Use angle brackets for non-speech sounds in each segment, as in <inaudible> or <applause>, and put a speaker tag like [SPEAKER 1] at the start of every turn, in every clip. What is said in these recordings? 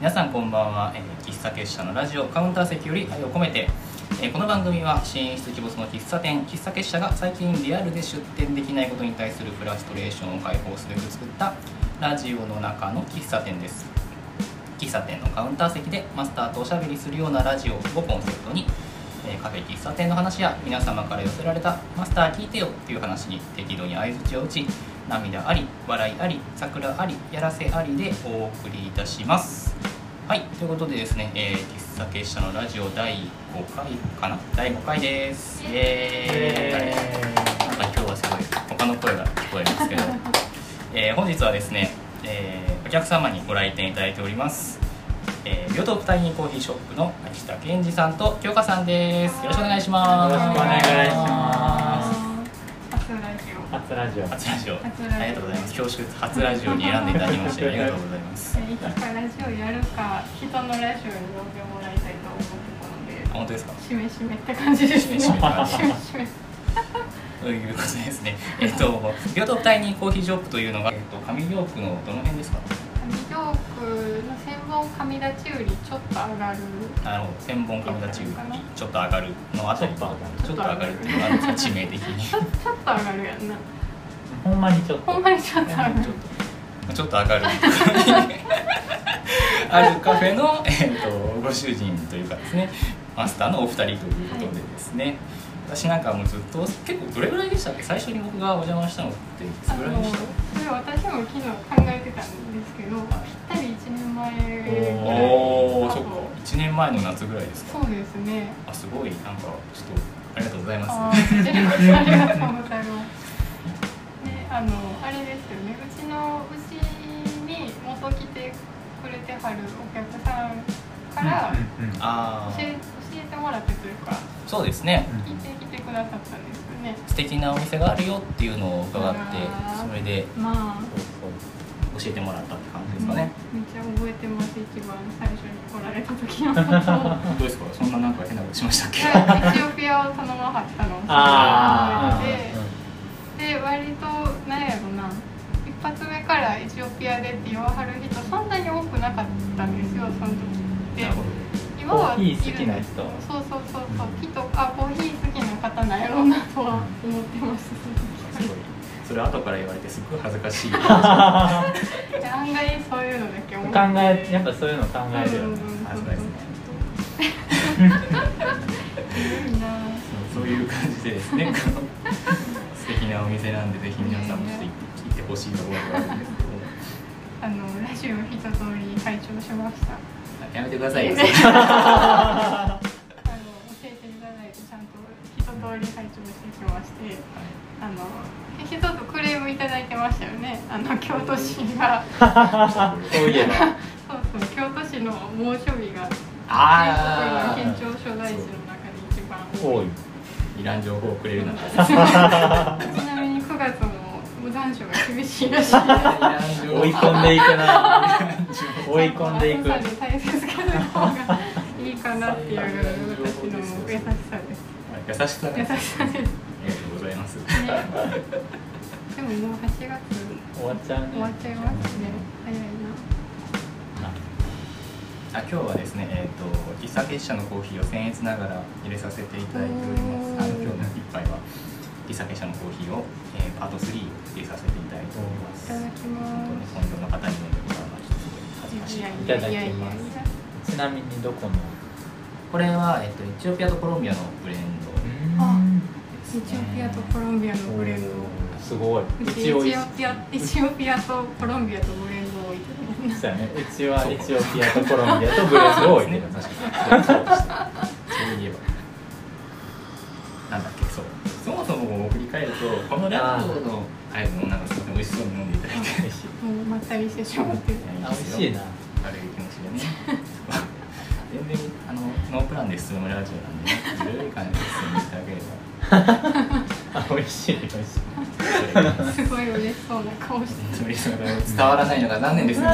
[SPEAKER 1] 皆さんこんばんは、えー喫茶結社のラジオカウンター席より愛を込めて、えーこの番組は支援室鬼没の喫茶店喫茶結社が最近リアルで出店できないことに対するフラストレーションを解放すべく作ったラジオの中の喫茶店です喫茶店のカウンター席でマスターとおしゃべりするようなラジオをコンセプトに、えーカフェ喫茶店の話や皆様から寄せられた「マスター聞いてよ」っていう話に適度に相づちを打ち涙あり笑いあり桜ありやらせありでお送りいたしますはいということでですね、えー喫茶結社のラジオ第5回かな第5回ですイエーイなんか今日はすごい他の声が聞こえますけど、えー本日はですね、えーお客様にご来店いただいております、えー、ビオトープタイニーコーヒーショップの秋田健二さんと京香さんですよろしくお願いします
[SPEAKER 2] よろしくお願いし
[SPEAKER 3] ます
[SPEAKER 2] 初ラジオ
[SPEAKER 3] 初ラジオ
[SPEAKER 1] 初ラジオ
[SPEAKER 2] 初ラジオ
[SPEAKER 1] ありがとうございます恐縮です初ラジオに選んでいただきましてありがとうございます
[SPEAKER 2] いつかラジオやるか人のラジオに呼んでもらいたいと思って
[SPEAKER 1] あ本当ですか
[SPEAKER 2] たのでしめしめって感じで
[SPEAKER 1] <laughs>
[SPEAKER 2] すね
[SPEAKER 1] しめしめ
[SPEAKER 2] しめし
[SPEAKER 1] ということでですねえっとビオトープタイニーコーヒーショップというのが、えっと、上京区のどの辺ですか
[SPEAKER 2] め上京区の千本上立よりちょっと上がる
[SPEAKER 1] あの千本上立ちちょっと上がるのあたり
[SPEAKER 3] ちょっと上がる
[SPEAKER 1] ちょっと上がるっていうのがあるんですか致命的 <laughs> に
[SPEAKER 2] ちょちょっと上がるやんな
[SPEAKER 3] ほんまにちょっと
[SPEAKER 2] ほんまにちょっと上がる
[SPEAKER 1] ちょっと上がるあるカフェの、えー、とご主人というかですねマスターのお二人ということでですね、私なんかもうずっと結構どれぐらいでしたっけ最初に僕がお邪魔したのってい
[SPEAKER 2] あ
[SPEAKER 1] つぐらい
[SPEAKER 2] の
[SPEAKER 1] でし
[SPEAKER 2] そ
[SPEAKER 1] た
[SPEAKER 2] れ私も昨日考えてたんですけどぴったり1年前ぐらい
[SPEAKER 1] おお
[SPEAKER 2] 多
[SPEAKER 1] そっ
[SPEAKER 2] 分
[SPEAKER 1] か1年前の夏ぐらいですか
[SPEAKER 2] そうですね
[SPEAKER 1] あすごいなんかちょっとありがとうござい
[SPEAKER 2] あ
[SPEAKER 1] ま
[SPEAKER 2] あ、こちらこそありがとう
[SPEAKER 1] <laughs>
[SPEAKER 2] ございます。ね、あの、あれですよね、うちの、うちに元来てくれてはるお客さんから。
[SPEAKER 3] うんうん
[SPEAKER 1] すあ
[SPEAKER 2] 教え、
[SPEAKER 1] あ
[SPEAKER 2] 教えてもらってというか、
[SPEAKER 1] そうですね
[SPEAKER 2] 聞いてきてくださったんですよね。
[SPEAKER 1] 素敵なお店があるよっていうのを伺って
[SPEAKER 2] あー
[SPEAKER 1] それで
[SPEAKER 2] まあ、
[SPEAKER 1] 教えてもらったって感じです
[SPEAKER 2] め
[SPEAKER 1] か
[SPEAKER 2] っ
[SPEAKER 1] ね、
[SPEAKER 2] ちゃ覚えてます、一番最初に来られた時
[SPEAKER 1] <laughs>
[SPEAKER 2] のことを。
[SPEAKER 1] どうですかそんななんか変なことしましたっけ
[SPEAKER 2] エチオピアを頼まはったの。
[SPEAKER 3] ああ
[SPEAKER 2] でで割となんやろな一発目からエチオピアでって言わはる人そんなに多くなかったんですよその時って
[SPEAKER 1] なるほど
[SPEAKER 2] 今
[SPEAKER 3] コ
[SPEAKER 2] は
[SPEAKER 3] ーヒー好きな人
[SPEAKER 2] そうそうそうそうきっとあコーヒー好きな方なんやろうなとは思ってます
[SPEAKER 3] <laughs>
[SPEAKER 1] すごいそれ後から言われてすごい恥ずかしい
[SPEAKER 2] で案外そういうのだけ思って
[SPEAKER 3] 考えやっぱそういうの考えるよ
[SPEAKER 2] うんうん
[SPEAKER 3] ね
[SPEAKER 1] 恥ずかしいですね
[SPEAKER 2] うんいいな
[SPEAKER 1] そういう感じでですねこの素敵なお店なんでぜひ皆さんもちょっと行って聞いてほしいところがあるんですけど
[SPEAKER 2] <laughs> あのラジオ一通り拝聴しました
[SPEAKER 1] やめてくださいよ
[SPEAKER 2] あの教えていただいてちゃんと一通り拝聴してきましてあの一つクレームいただいてましたよねあの京都市が
[SPEAKER 3] そういえば
[SPEAKER 2] そうそう京都市の猛暑日が
[SPEAKER 3] あ
[SPEAKER 2] 全国の県庁所在地の中で一番
[SPEAKER 3] ー多い
[SPEAKER 1] いらん情報をくれるなんてい
[SPEAKER 2] <laughs> ちなみに9月も残暑が厳しいらしいです
[SPEAKER 1] らん情報
[SPEAKER 3] <laughs> 追い込んでいくな追い込んでいく
[SPEAKER 2] ちゃと暑さで対策する方がいいかなっていう私の優しさです
[SPEAKER 1] 優しさね
[SPEAKER 2] 優しさですね
[SPEAKER 1] ありがとうございます
[SPEAKER 2] でももう8月
[SPEAKER 3] 終わっちゃうね
[SPEAKER 2] 終わっちゃいますね早いな
[SPEAKER 1] あ今日はですね、えー、と喫茶結社のコーヒーを僭越ながら入れさせていただいておりますあの今日の一杯は喫茶結社のコーヒーを、えーパート3を入れさせていただいておりま
[SPEAKER 2] い
[SPEAKER 1] す
[SPEAKER 2] ただ
[SPEAKER 1] 本
[SPEAKER 2] き
[SPEAKER 1] 当に本
[SPEAKER 2] ま
[SPEAKER 1] 業の方に飲んでもらうのはちょっとすごい恥ずかし
[SPEAKER 2] す
[SPEAKER 1] い
[SPEAKER 2] いや
[SPEAKER 3] いただ
[SPEAKER 2] い
[SPEAKER 3] き
[SPEAKER 2] やいやい
[SPEAKER 3] ま
[SPEAKER 2] や
[SPEAKER 3] すちなみにどこの
[SPEAKER 1] これは、えっとエチオピアとコロンビアのブレンド
[SPEAKER 2] あ
[SPEAKER 1] です
[SPEAKER 2] エ
[SPEAKER 1] ね
[SPEAKER 2] チオピアとコロンビアのブレンド
[SPEAKER 3] すごいう
[SPEAKER 2] ちエチ
[SPEAKER 3] 一応
[SPEAKER 2] オピアエチオピアとコロンビアとブレンドを置いてる
[SPEAKER 3] そうやねうちはエチオピアとコロンビアとブレスを置いてる
[SPEAKER 1] 確かにそうでしたそういえばなんだっけそうそもそもを振り返るとこのラジオのあれもなんかすごい美味しそうに飲んでいただいて
[SPEAKER 3] 美味しい
[SPEAKER 2] もうまったりしてしまってる
[SPEAKER 3] あ美味しいな
[SPEAKER 1] 軽い気持ちでね全然あのノープランで進むラジオなんでね緩い感じで進んでいただけれ
[SPEAKER 3] あ美味しい美味しい
[SPEAKER 1] ば
[SPEAKER 2] すごい嬉しそうな顔して
[SPEAKER 1] それそれ伝わらないのが残念ですね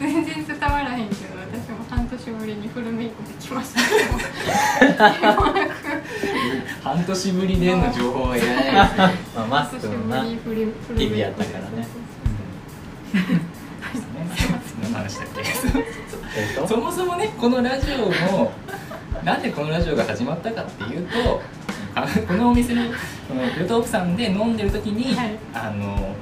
[SPEAKER 2] 全然伝わらへんけど私も半年ぶりにフルメイクできました
[SPEAKER 1] 半年ぶりでの情報はいらないですね
[SPEAKER 3] まあ、マスクもな
[SPEAKER 2] 久しぶりにフルフルメイク
[SPEAKER 3] 日々やったからね
[SPEAKER 1] そうですね話だっけ
[SPEAKER 3] えっと
[SPEAKER 1] そもそもねこのラジオのなんでこのラジオが始まったかっていうとあこのお店のこのルトープさんで飲んでる時に、
[SPEAKER 2] はい
[SPEAKER 1] あの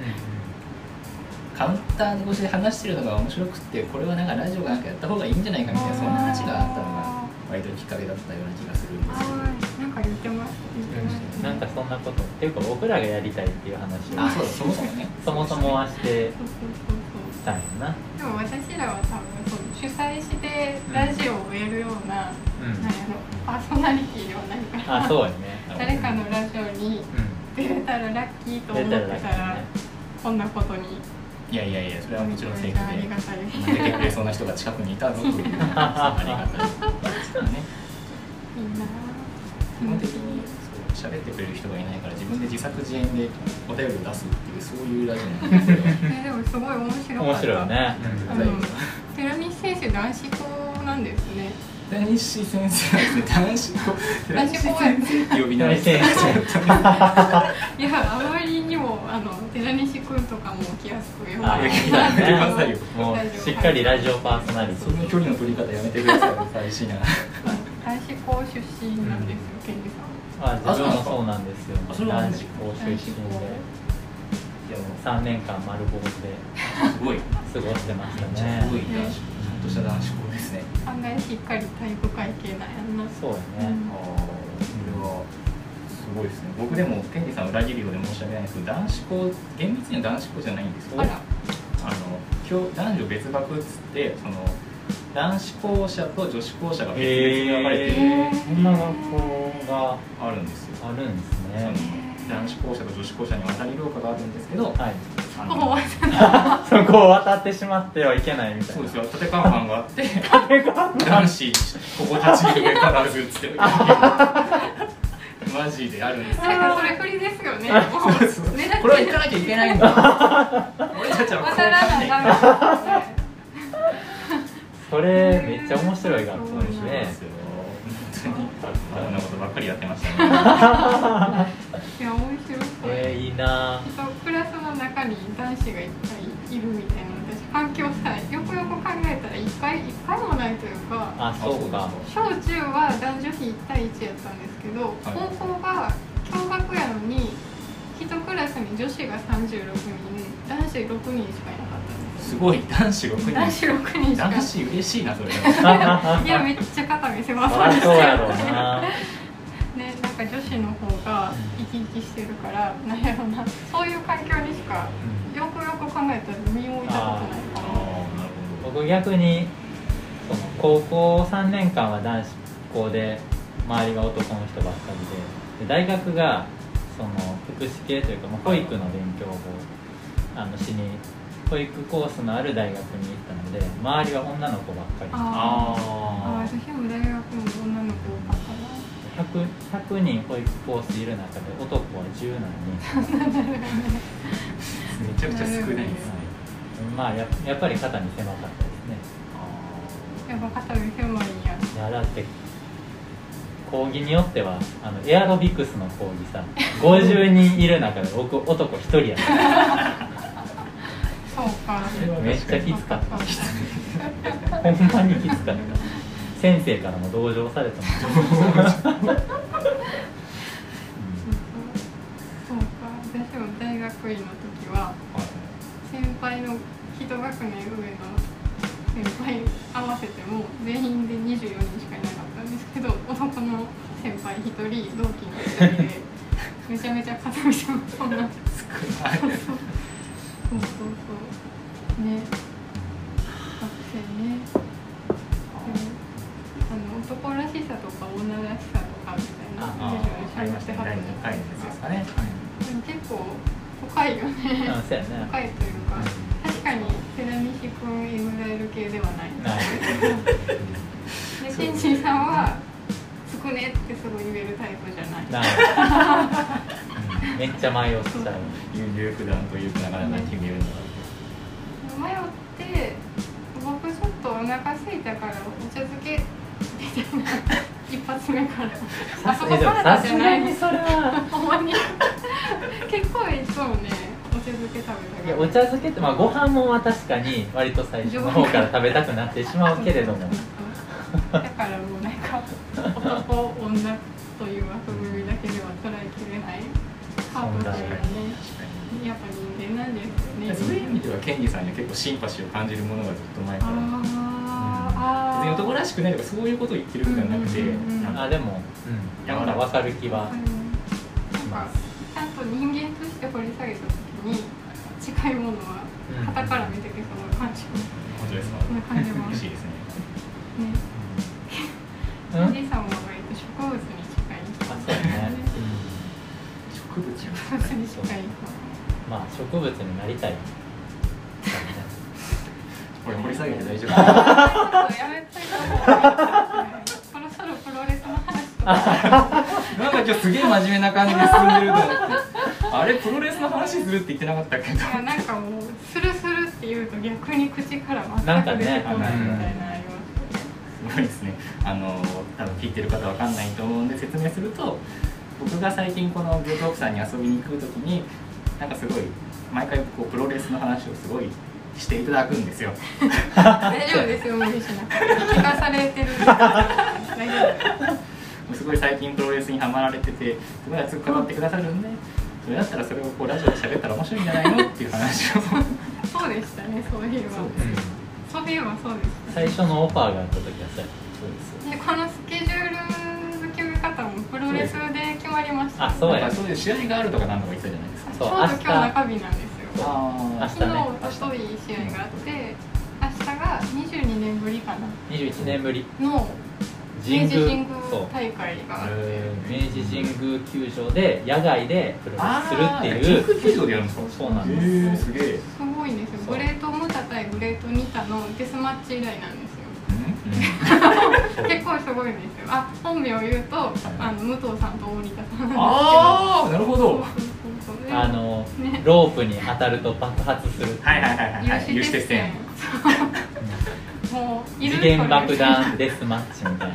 [SPEAKER 1] カウンター越しで話してるのが面白くってこれはなんかラジオがなんかやった方がいいんじゃないかみたいなそんな話があったのが割ときっかけだったような気がするんですけど
[SPEAKER 2] あーなんか言ってます言ってました
[SPEAKER 3] なんかそんなことっていうか僕らがやりたいっていう話
[SPEAKER 1] あ
[SPEAKER 3] を
[SPEAKER 1] そうだそもそもね
[SPEAKER 3] そもそもはして
[SPEAKER 2] そうそうそうそう
[SPEAKER 3] たんやな
[SPEAKER 2] でも私らは多分そう主催してラジオをやるような,、なんやろパーソナリティではないから
[SPEAKER 3] あそうやね
[SPEAKER 2] 誰かのラジオに出れたらラッキーと
[SPEAKER 3] う
[SPEAKER 2] 思
[SPEAKER 3] ん
[SPEAKER 2] って
[SPEAKER 3] 出たらだ
[SPEAKER 2] た
[SPEAKER 3] から
[SPEAKER 2] ら
[SPEAKER 3] ね
[SPEAKER 2] こんなことに
[SPEAKER 1] いやいやいやそれはもちろん正
[SPEAKER 2] め
[SPEAKER 1] 義
[SPEAKER 2] ちゃあり
[SPEAKER 1] で
[SPEAKER 2] <laughs> がたいいい
[SPEAKER 1] 出てくれそうな人が近くにいたぞというありがたいことですからね
[SPEAKER 2] な
[SPEAKER 1] 基本的にそう喋ってくれる人がいないから自分で自作自演でお便りを出すっていうそういうラジオなんですよ
[SPEAKER 2] えでもすごい面白か
[SPEAKER 3] 面
[SPEAKER 2] った
[SPEAKER 3] 白いよね
[SPEAKER 2] あ
[SPEAKER 1] う
[SPEAKER 2] の
[SPEAKER 1] ん
[SPEAKER 2] 寺西先生男子校なんですね
[SPEAKER 1] 男子先生ですね男子校
[SPEAKER 2] 男
[SPEAKER 1] 男
[SPEAKER 2] 子
[SPEAKER 1] 子
[SPEAKER 2] 校
[SPEAKER 1] 先生って呼 <laughs> び名
[SPEAKER 3] 大
[SPEAKER 1] で
[SPEAKER 3] 先生
[SPEAKER 2] いやあまりにもあの寺西君とかも来やすく読
[SPEAKER 3] あ
[SPEAKER 2] ま
[SPEAKER 3] ー
[SPEAKER 2] れ
[SPEAKER 1] い
[SPEAKER 2] た
[SPEAKER 1] や
[SPEAKER 2] ん
[SPEAKER 1] いややめてください
[SPEAKER 2] で
[SPEAKER 1] よ
[SPEAKER 3] もうしっかりラジオパーソナリテ
[SPEAKER 1] その
[SPEAKER 3] ィ
[SPEAKER 1] 距離の取り方やめてください寂しいな
[SPEAKER 2] 男子校出身なんですよ健二さん
[SPEAKER 3] あ自分もそうなんですよ
[SPEAKER 1] あそうな
[SPEAKER 3] 男
[SPEAKER 1] ん
[SPEAKER 3] 子
[SPEAKER 1] ですか
[SPEAKER 3] 校出身で
[SPEAKER 1] でも
[SPEAKER 3] 3年間丸坊主です
[SPEAKER 1] ごい
[SPEAKER 3] 過ごしてました
[SPEAKER 1] すごい
[SPEAKER 3] ね
[SPEAKER 1] 男子ちゃんとした男子校ですね
[SPEAKER 2] 案外しっかり体育会系なんやんな
[SPEAKER 3] そうやね
[SPEAKER 1] ああそれはすごいですね僕でも天理さんを裏切るようで申し訳ないんですけど男子校厳密には男子校じゃないんですよ
[SPEAKER 2] あら
[SPEAKER 1] あの今日男女別学っつってその男子校舎と女子校舎が別々に分かれて
[SPEAKER 3] えー、そんな学校が
[SPEAKER 1] あるんですよ、
[SPEAKER 3] あるんです
[SPEAKER 1] その
[SPEAKER 3] ね
[SPEAKER 1] 男子校舎と女子校舎に渡り廊下があるんですけど
[SPEAKER 3] はい
[SPEAKER 1] あ
[SPEAKER 2] もう
[SPEAKER 1] の
[SPEAKER 2] 終わっ
[SPEAKER 3] そこを渡ってしまってはいけないみたい
[SPEAKER 1] そう
[SPEAKER 3] な
[SPEAKER 1] ですよ縦看板があって男子ここ立ち上が必ずっつってマジであるんですよ
[SPEAKER 2] たなんかそれ振りですよねもう目立
[SPEAKER 1] これは
[SPEAKER 2] っ
[SPEAKER 1] 行
[SPEAKER 2] て
[SPEAKER 1] かなきゃいけないんだ俺たちはこう
[SPEAKER 2] 渡らなあかんね
[SPEAKER 3] それめっちゃ面白い学校です
[SPEAKER 1] そうで
[SPEAKER 3] ね
[SPEAKER 1] すよ本当にこんなことばっかりやってましたね
[SPEAKER 2] いや面白そう
[SPEAKER 3] えー、いいなぁ
[SPEAKER 2] そうクラスの中に男子がいっぱいいるみたいな私環境さよくよく考えたらいっぱいいっぱいもないというか
[SPEAKER 3] あそうか
[SPEAKER 2] 小中は男女比1対1やったんですけど高校が共学やのに一クラスに女子が36人男子6人しかいなかったんです
[SPEAKER 1] すごい男子6人
[SPEAKER 2] 男子6人しか
[SPEAKER 1] 男子嬉しいなそれ
[SPEAKER 2] いやめっちゃ肩見せま
[SPEAKER 3] そりゃ
[SPEAKER 2] す
[SPEAKER 3] そうやろうな
[SPEAKER 2] ねなんか女子の方が生き生きしてるからなんやろなそういう環境にしかよくよく考えたら身を置いたこと
[SPEAKER 1] あ
[SPEAKER 2] ないか
[SPEAKER 1] あ
[SPEAKER 2] も
[SPEAKER 1] なるほ
[SPEAKER 3] 僕逆にその高校3年間は男子校で周りが男の人ばっかりでで大学がその福祉系というか、まあ、保育の勉強をあのしに保育コースのある大学に行ったので周りは女の子ばっかり
[SPEAKER 1] ど
[SPEAKER 2] あーあー
[SPEAKER 1] あ
[SPEAKER 2] 私も大学も女の子多かっ
[SPEAKER 3] 100, 100人保育コースいる中で男は10何 <laughs> 人
[SPEAKER 1] あめちゃくちゃ少ないですね
[SPEAKER 3] まあややっぱり肩に狭かったですね
[SPEAKER 2] たなやっぱ肩身狭いんや
[SPEAKER 3] いやだって講義によってはあのエアロビクスの講義さ50人いる中で僕男1人や <laughs> った
[SPEAKER 2] そうか
[SPEAKER 1] それは
[SPEAKER 3] めっちゃき
[SPEAKER 1] 確
[SPEAKER 3] つかった
[SPEAKER 2] きつ
[SPEAKER 3] ほんまにきつかった先生からも同情さ <laughs> れたもん、うん
[SPEAKER 2] そうか私も大学院の時は先輩の一学年上の先輩合わせても全員で24人しかいなかったんですけど男の先輩1人同期の1人でめちゃめちゃ肩身狭そう
[SPEAKER 1] <laughs>
[SPEAKER 2] な
[SPEAKER 1] かに少ない
[SPEAKER 2] そうそうそうね学生ねでもあの男らしさとか女らしさとかみたいな
[SPEAKER 1] ああありましたね第2回のやつですかね
[SPEAKER 2] でも結構深いよね
[SPEAKER 3] あそうやね
[SPEAKER 2] 深いというか確かに寺西君エムライル系ではない
[SPEAKER 3] ない
[SPEAKER 2] でしんしんさんは「つくね」ってすぐ言えるタイプじゃない
[SPEAKER 3] <laughs> ないうんめっちゃ迷っちゃう
[SPEAKER 1] 有力弾というかなかなか決めるのが
[SPEAKER 2] 迷って僕ちょっとお腹空いたからお茶漬けみたいな一発目からあそこサラダ
[SPEAKER 3] さ
[SPEAKER 2] じ
[SPEAKER 3] す
[SPEAKER 2] ゃな
[SPEAKER 3] が
[SPEAKER 2] い
[SPEAKER 3] に
[SPEAKER 2] です
[SPEAKER 3] それは
[SPEAKER 2] ほんまに結構いつもねお茶漬け食べたから
[SPEAKER 3] いやお茶漬けって、まあ、ご飯もんは確かに割と最初の方から食べたくなってしまうけれども
[SPEAKER 2] だからもうなんか男女という枠組みだけでは捉えきれないハートというかねやっぱ人間なんですよ
[SPEAKER 1] そういう意
[SPEAKER 2] ね
[SPEAKER 1] 味ではケンジさんには結構シンパシーを感じるものがずっと前から別
[SPEAKER 2] あーあ
[SPEAKER 1] に
[SPEAKER 2] ー
[SPEAKER 1] 男らしくないとかそういうことを言ってるんじゃなくて、
[SPEAKER 2] うんうんうんうん
[SPEAKER 1] なんか
[SPEAKER 3] あでも、うん、なんか分かる気は
[SPEAKER 2] うんなんかちゃんと人間として掘り下げた時に近いものは肩から見ててその感じ
[SPEAKER 1] 本当ですか
[SPEAKER 2] そんな感じも
[SPEAKER 1] 嬉しい
[SPEAKER 2] ね
[SPEAKER 1] ですね
[SPEAKER 3] うん、うん、あ
[SPEAKER 2] ジンさんも割と植物に近い
[SPEAKER 3] そうだね、
[SPEAKER 1] 植物
[SPEAKER 2] 植物に近い
[SPEAKER 3] うん、まあ植物になりたい
[SPEAKER 1] これ掘り下げて大丈夫
[SPEAKER 2] やめといた方がいいですねそろそろプロレスの話とか
[SPEAKER 1] なんか今日すげえ真面目な感じで進んでると思ってあれプロレスの話するって言ってなかったっけど
[SPEAKER 2] いやなんかもうスルスルって言うと逆に口から全く出てこないみたいなありますよね
[SPEAKER 1] すごいですねあの多分聞いてる方わかんないと思うんで説明すると僕が最近このグループオフさんに遊びに来るときになんかすごい毎回こうプロレスの話をすごいしていただくんですよ
[SPEAKER 2] 大丈夫ですよ無理しなくて聞かされてる大丈夫
[SPEAKER 1] すごい最近プロレスにハマられててすごい熱く語ってくださるんでそれだったらそれをこうラジオで喋ったら面白いんじゃないのっていう話を
[SPEAKER 2] そうでしたね、そういえば。
[SPEAKER 1] そう
[SPEAKER 3] うん、
[SPEAKER 2] そういえばそうでした、
[SPEAKER 3] 最初のオファーがあった時はさ
[SPEAKER 1] そうです
[SPEAKER 2] で、このスケジュールの決め方もプロレスで決まりました。
[SPEAKER 3] あそう
[SPEAKER 1] なん
[SPEAKER 3] や
[SPEAKER 1] かそういう試合があるとかなんとか言ってたじゃないですか
[SPEAKER 2] ちょうど
[SPEAKER 3] そ
[SPEAKER 2] 今
[SPEAKER 3] う
[SPEAKER 2] 日
[SPEAKER 3] 明
[SPEAKER 2] 中
[SPEAKER 3] 日
[SPEAKER 2] 日なんですよ。
[SPEAKER 1] あ
[SPEAKER 3] あ
[SPEAKER 1] あ
[SPEAKER 2] 昨日、おととい試合があって、明日が22年ぶりかな
[SPEAKER 3] 21年ぶり
[SPEAKER 2] の
[SPEAKER 3] 神
[SPEAKER 2] 明
[SPEAKER 3] 宮
[SPEAKER 2] 治神宮
[SPEAKER 3] そう
[SPEAKER 2] 大会があって。
[SPEAKER 3] 明治神宮球場で野外でプロレスするっていう
[SPEAKER 1] キック球場でやるんですか
[SPEAKER 3] そうなんです
[SPEAKER 1] へえすげえん
[SPEAKER 2] すごいんですよ。
[SPEAKER 3] そう
[SPEAKER 2] グレートムタ対グレートニタのデスマッチ以来なんですよ。
[SPEAKER 3] そう
[SPEAKER 2] 結構すごいんですよ。あ、本名を言うと、あの武藤さんと大仁田さんなんですけど。
[SPEAKER 1] ああなるほ
[SPEAKER 2] そう
[SPEAKER 1] ど
[SPEAKER 2] そうそうそう。
[SPEAKER 3] あの
[SPEAKER 2] ね
[SPEAKER 3] ロープに当たると爆発する
[SPEAKER 1] はいはいはいはいはい
[SPEAKER 2] 有志鉄線もういる
[SPEAKER 3] 次
[SPEAKER 2] という
[SPEAKER 3] 元爆弾デスマッチみたいな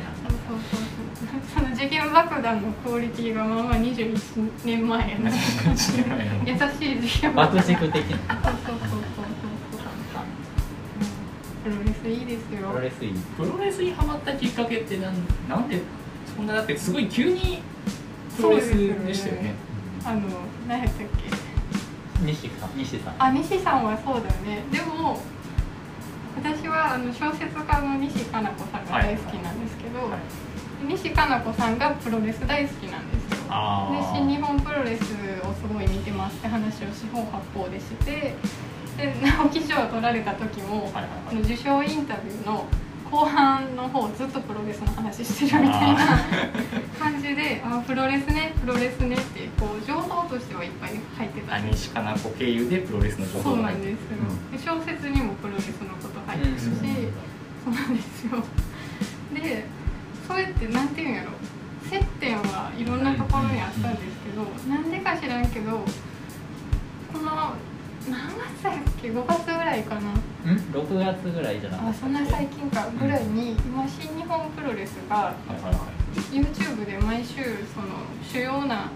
[SPEAKER 2] そうそうそうそうその次元爆弾のクオリティがまあまあ21年前やな優し
[SPEAKER 1] 優
[SPEAKER 2] い次元爆
[SPEAKER 3] 爆
[SPEAKER 2] 弾そう
[SPEAKER 3] 軸的な
[SPEAKER 2] そうそうそうそううんプロレスいいです
[SPEAKER 3] プ
[SPEAKER 2] よ
[SPEAKER 3] ロレスいい
[SPEAKER 1] <laughs> プロレスにハマったきっかけってなんなんでそんなだってすごい急にプロレスでしたよね
[SPEAKER 2] あの何やったっけ
[SPEAKER 3] 西さん西さん
[SPEAKER 2] あ西さんはそうだよねでも私はあの小説家の西加奈子さんが大好きなんですけど、
[SPEAKER 1] はい
[SPEAKER 2] 西加奈子さんがプロレス大好きなんですよ
[SPEAKER 1] あ
[SPEAKER 2] で
[SPEAKER 1] ー
[SPEAKER 2] 新日本プロレスをすごい見てますって話を四方八方でしてで直木賞を取られた時も、
[SPEAKER 1] はいはいはい
[SPEAKER 2] あの受賞インタビューの後半の方ずっとプロレスの話してるみたいな
[SPEAKER 1] あ
[SPEAKER 2] 感じであプロレスねプロレスねってこう情報としてはいっぱい入ってた
[SPEAKER 1] あ
[SPEAKER 2] んです
[SPEAKER 1] 西かな子経由でプロレスの情
[SPEAKER 2] そ
[SPEAKER 1] 報
[SPEAKER 2] う
[SPEAKER 1] が
[SPEAKER 2] な
[SPEAKER 1] 入っ
[SPEAKER 2] ん
[SPEAKER 1] て
[SPEAKER 2] ですよ、で小説にもプロレスのこと入ってるし、
[SPEAKER 3] うん
[SPEAKER 2] そうなんですよでそれってなんていうんやろ接点はいろんなところにあったんですけどなんでか知らんけどこの何月だっけ5月ぐらいかなん
[SPEAKER 3] 6月ぐらいじゃなか
[SPEAKER 2] あ
[SPEAKER 3] っ
[SPEAKER 2] そんな最近かぐらいに今新日本プロレスが
[SPEAKER 1] はいはいはい
[SPEAKER 2] YouTube で毎週その主要な